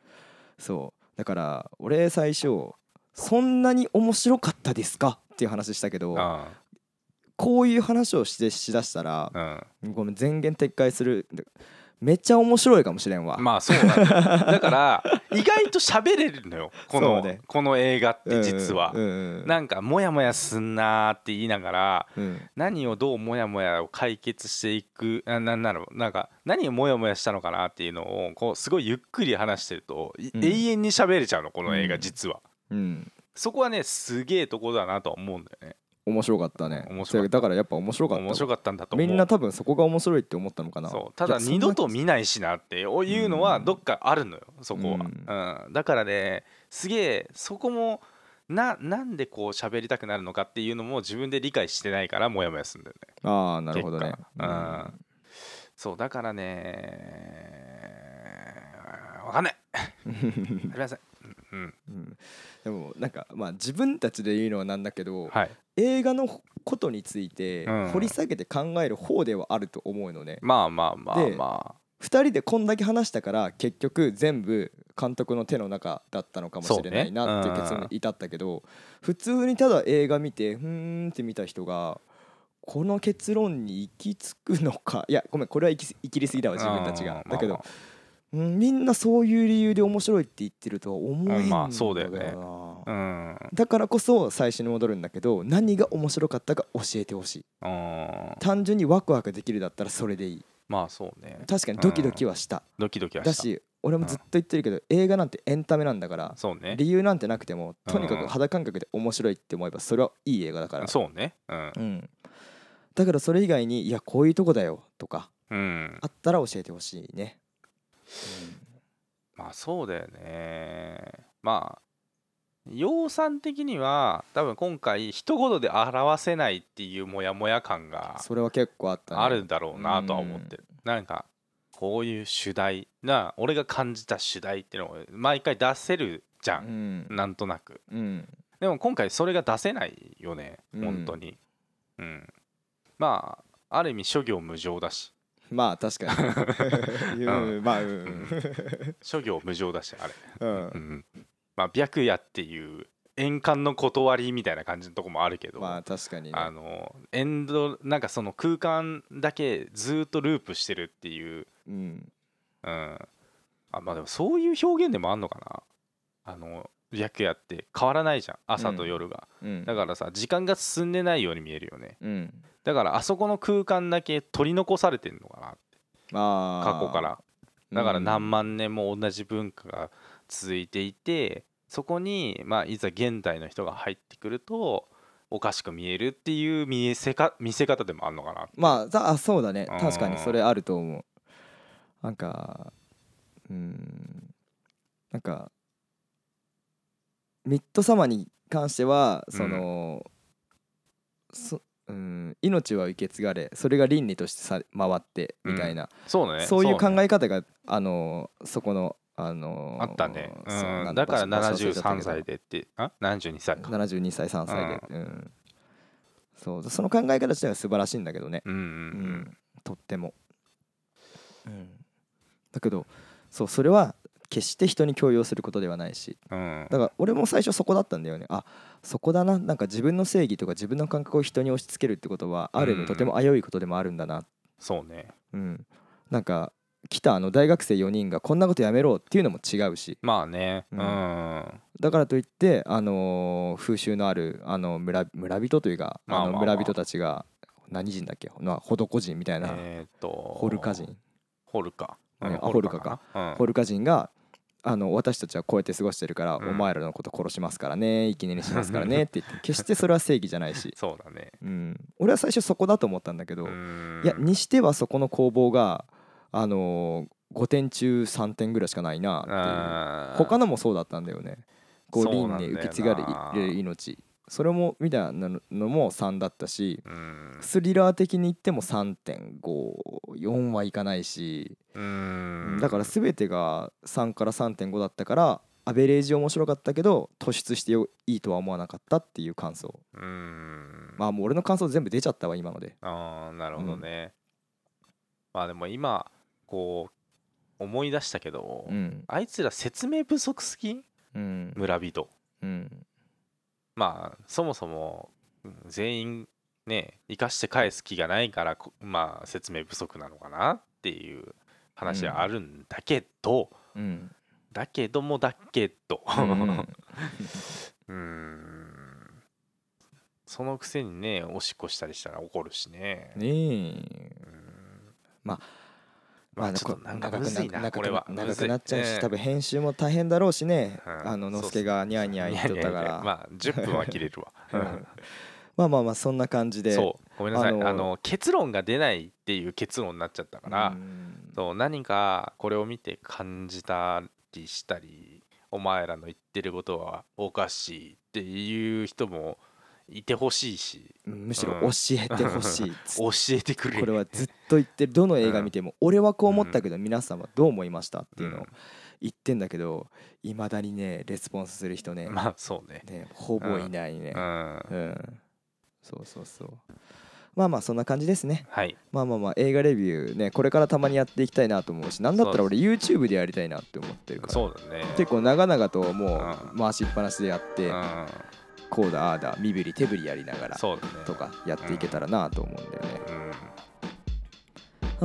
Speaker 1: そうだから俺最初そんなに面白かったですかっていう話したけ
Speaker 2: う
Speaker 1: ど
Speaker 2: ん
Speaker 1: こういう話をしてしだしたら
Speaker 2: うん
Speaker 1: ごめん全言撤回するめっちゃ面白いかもしれんわ、
Speaker 2: まあそうなんだよだから意外と喋れるのよこの,、
Speaker 1: そうね
Speaker 2: この映画っ
Speaker 1: うん
Speaker 2: て実は、
Speaker 1: うんうん
Speaker 2: なんかモヤモヤすんなーって言いながら
Speaker 1: うん
Speaker 2: 何をどうモヤモヤを解決していくあなんなのなんか何をモヤモヤしたのかなっていうのをこうすごいゆっくり話してると、い
Speaker 1: うん
Speaker 2: 永遠に喋れちゃうのこの映
Speaker 1: う
Speaker 2: 画
Speaker 1: ん
Speaker 2: 実は、
Speaker 1: うん
Speaker 2: そこはねすげえとこだなとは思うんだよね
Speaker 1: 面白かったね
Speaker 2: 面白かった
Speaker 1: だからやっぱ面白かった
Speaker 2: 面白かったんだと思
Speaker 1: み
Speaker 2: うん
Speaker 1: な多分そこが面白いって思ったのかな
Speaker 2: そうただ
Speaker 1: いや
Speaker 2: 二度と
Speaker 1: そんな
Speaker 2: 見ないしなっていうのはどっかあるのよそこは、うんだからねすげえそこもななんでこう喋りたくなるのかっていうのも自分で理解してないからモヤモヤするんだよね
Speaker 1: ああなるほどね
Speaker 2: 結果うんそうだからね わかんないありませんうん、
Speaker 1: うんでもなんかまあ自分たちで言うのはなんだけど、
Speaker 2: はい、
Speaker 1: 映画のことについて
Speaker 2: うん
Speaker 1: 掘り下げて考える方ではあると思うのね、
Speaker 2: まあまあまあ
Speaker 1: で
Speaker 2: ま
Speaker 1: 2人でこんだけ話したから結局全部監督の手の中だったのかもしれな
Speaker 2: そうね
Speaker 1: いなっていう結論に至ったけど、普通にただ映画見てふーんって見た人がこの結論に行き着くのかいやごめんこれは行き行きりすぎだ
Speaker 2: あ
Speaker 1: わ自分たちが
Speaker 2: う。ん
Speaker 1: だけど
Speaker 2: まあまあ
Speaker 1: うんみんなそういう理由で面白いって言ってるとは思えん
Speaker 2: うんま
Speaker 1: の
Speaker 2: あそうだよね
Speaker 1: な
Speaker 2: うん
Speaker 1: だからこそ最初に戻るんだけど何が面白かったか教えてほしい
Speaker 2: うん
Speaker 1: 単純にワクワクできるだったらそれでいい
Speaker 2: まあそうね
Speaker 1: 確かにドキドキはした、
Speaker 2: ドキドキは
Speaker 1: だ
Speaker 2: した
Speaker 1: し俺もずっと言ってるけど、映画なんてエンタメなんだから
Speaker 2: そうね
Speaker 1: 理由なんてなくてもとにか
Speaker 2: うん
Speaker 1: く肌感覚で面白いって思えばそれはいい映画だから
Speaker 2: そうねうん、
Speaker 1: うん、だからそれ以外にいやこういうとこだよとか
Speaker 2: うん
Speaker 1: あ、ったら教えてほしいね、
Speaker 2: まあそうだよねまあ養蚕的には多分今回一言で表せないっていうモヤモヤ
Speaker 1: う
Speaker 2: 感
Speaker 1: ん
Speaker 2: が
Speaker 1: それは結構あったね
Speaker 2: あるんだろうなとは思ってる、なんかこういう主題な俺が感じた主題っていうのを毎回出せるじゃ、
Speaker 1: うんん
Speaker 2: なんとなく
Speaker 1: うん
Speaker 2: でも今回それが出せないよね
Speaker 1: うん
Speaker 2: 本当にうん、まあある意味諸行無常だし
Speaker 1: まあ確か に、
Speaker 2: う
Speaker 1: うんまあうん、
Speaker 2: 諸行無常だしあれ
Speaker 1: うん
Speaker 2: うん、まあ白夜っていう円環の断りみたいな感じのとこもあるけど、
Speaker 1: まあ確かにね
Speaker 2: あのエンドなんかその空間だけずっとループしてるっていう、
Speaker 1: うん
Speaker 2: うん、あまあでもそういう表現でもあんのかなあの白夜って変わらないじゃん朝と夜が、
Speaker 1: うん
Speaker 2: だからさ時間が進んでないように見えるよね
Speaker 1: うん
Speaker 2: だからあそこの空間だけ取り残されてんのかな
Speaker 1: まあ
Speaker 2: 過去からだから
Speaker 1: うん
Speaker 2: 何万年も同じ文化が続いていてそこに、まあ、いざ現代の人が入ってくるとおかしく見えるっていう見せか見せ方でもあるのかな
Speaker 1: まあざあそうだね
Speaker 2: うん
Speaker 1: 確かにそれあると思うなんかうーんなんかミッドサマーに関してはその、そうん、命は受け継がれそれが倫理としてさ回ってみたいな、
Speaker 2: そうね
Speaker 1: そういう考
Speaker 2: ね
Speaker 1: え方が、あのそこの、あの
Speaker 2: あったね、
Speaker 1: そうなん
Speaker 2: うん、だから
Speaker 1: 場所場所忘れちゃった
Speaker 2: 73
Speaker 1: け
Speaker 2: 歳
Speaker 1: ど
Speaker 2: でってあ72歳か
Speaker 1: 72歳3歳で、うんそうその考え方自体は素晴らしいんだけどね、
Speaker 2: うんうん
Speaker 1: うん
Speaker 2: うん
Speaker 1: とっても、うん、だけどそうそれは決して人に強要することではないし
Speaker 2: うん
Speaker 1: だから俺も最初そこだったんだよねあそこだななんか自分の正義とか自分の感覚を人に押し付けるってことはある意
Speaker 2: うん
Speaker 1: 味とても危ういことでもあるんだな
Speaker 2: そうね
Speaker 1: うん、なんか来たあの大学生4人がこんなことやめろっていうのも違うし
Speaker 2: まあねう、
Speaker 1: うんんだからといって、あのー風習のある、あの村村人というか、
Speaker 2: まあまあ
Speaker 1: あの
Speaker 2: まあ
Speaker 1: 村人たちが何人だっけ、まあ、ホドコ人みたいな、
Speaker 2: えっ、と
Speaker 1: ホルカ人
Speaker 2: ホルカ、
Speaker 1: ねあ
Speaker 2: な
Speaker 1: ホルカ人があの私たちはこうやって過ごしてるから、
Speaker 2: うん
Speaker 1: お前らのこと殺しますからね生きねにしますから ねって言って決してそれは正義じゃないし、
Speaker 2: そうだね
Speaker 1: うん、俺は最初そこだと思ったんだけど、
Speaker 2: うん
Speaker 1: いやにしてはそこの攻防が、あのー、5点中3点ぐらいしかないなっていう。
Speaker 2: あー
Speaker 1: 他のもそうだったんだよね。こう
Speaker 2: そうな
Speaker 1: 輪
Speaker 2: んだ
Speaker 1: 廻
Speaker 2: よな
Speaker 1: 受け継がれる命それもみたいなのも3だったし
Speaker 2: うん
Speaker 1: スリラー的に言っても3.54はいかないし、
Speaker 2: うん
Speaker 1: だから全てが3から3.5だったからアベレージ面白かったけど突出してよいいとは思わなかったっていう感想
Speaker 2: うん
Speaker 1: まあもう俺の感想全部出ちゃったわ今ので
Speaker 2: ああなるほどね、まあでも今こう思い出したけど、
Speaker 1: うん
Speaker 2: あいつら説明不足すぎん
Speaker 1: うん
Speaker 2: 村人
Speaker 1: うん
Speaker 2: まあそもそもうん全員ね生かして返す気がないからこまあ説明不足なのかなっていう話はあるんだけど、
Speaker 1: うん
Speaker 2: だけどもだけど
Speaker 1: うん
Speaker 2: うーんそのくせにねおしっこしたりしたら怒るしね
Speaker 1: ねえ
Speaker 2: うん
Speaker 1: まあ
Speaker 2: ま
Speaker 1: ま
Speaker 2: あ
Speaker 1: あ、
Speaker 2: ちょっ
Speaker 1: ことう
Speaker 2: なんか
Speaker 1: 長く
Speaker 2: むずいな
Speaker 1: 長く
Speaker 2: これは
Speaker 1: 長くなっちゃう
Speaker 2: むず
Speaker 1: し、
Speaker 2: い
Speaker 1: 多分編集も大変だろうしね、
Speaker 2: うん
Speaker 1: あの
Speaker 2: そうっす
Speaker 1: のすけがニャーニャー言っとったか
Speaker 2: いやいやいや
Speaker 1: ら
Speaker 2: まあ10分は切れるわ
Speaker 1: うんまあまあまあそんな感じで
Speaker 2: そうごめんなさいあ
Speaker 1: あ
Speaker 2: の
Speaker 1: の
Speaker 2: 結論が出ないっていう結論になっちゃったから、
Speaker 1: うん
Speaker 2: そう何かこれを見て感じたりしたりお前らの言ってることはおかしいっていう人もいてほしいし
Speaker 1: むしろ教えてほしい
Speaker 2: 教えてくれ
Speaker 1: これはずっと言ってるどの映画見ても俺はこう思ったけど皆さんはどう思いましたっていうのを言ってんだけどいまだにねレスポンスする人ね
Speaker 2: まあそうね
Speaker 1: ねほぼいないね
Speaker 2: うん
Speaker 1: うんそうそうそうまあまあそんな感じですね
Speaker 2: はい
Speaker 1: まあまあまあ映画レビューねこれからたまにやっていきたいなと思うしなんだったら俺 YouTube でやりたいなって思ってるから
Speaker 2: そうだね
Speaker 1: 結構長々とも
Speaker 2: う
Speaker 1: う回しっぱなしでやって
Speaker 2: うん
Speaker 1: こうだああだ身振り手振りやりながら
Speaker 2: そうだね
Speaker 1: とかやっていけたらなと思うんだよね
Speaker 2: うん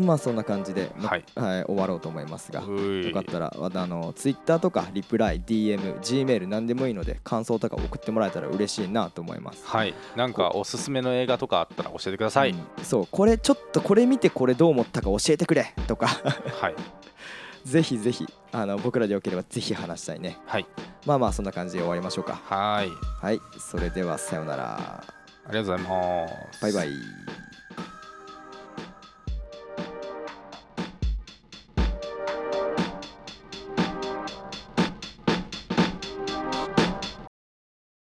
Speaker 1: まあそんな感じでま
Speaker 2: はい
Speaker 1: はい終わろうと思いますが
Speaker 2: うい
Speaker 1: よかったらまたあの Twitter とかリプライ DMGmail 何でもいいので感想とか送ってもらえたら嬉しいなと思います
Speaker 2: はいなんかおすすめの映画とかあったら教えてください、
Speaker 1: うんそうこれちょっとこれ見てこれどう思ったか教えてくれ とか
Speaker 2: はい
Speaker 1: ぜひぜひあの僕らでよければぜひ話したいね
Speaker 2: はい
Speaker 1: まあまあそんな感じで終わりましょうか
Speaker 2: はいあり
Speaker 1: はいそれではさようなら
Speaker 2: がとうございます
Speaker 1: バイバイ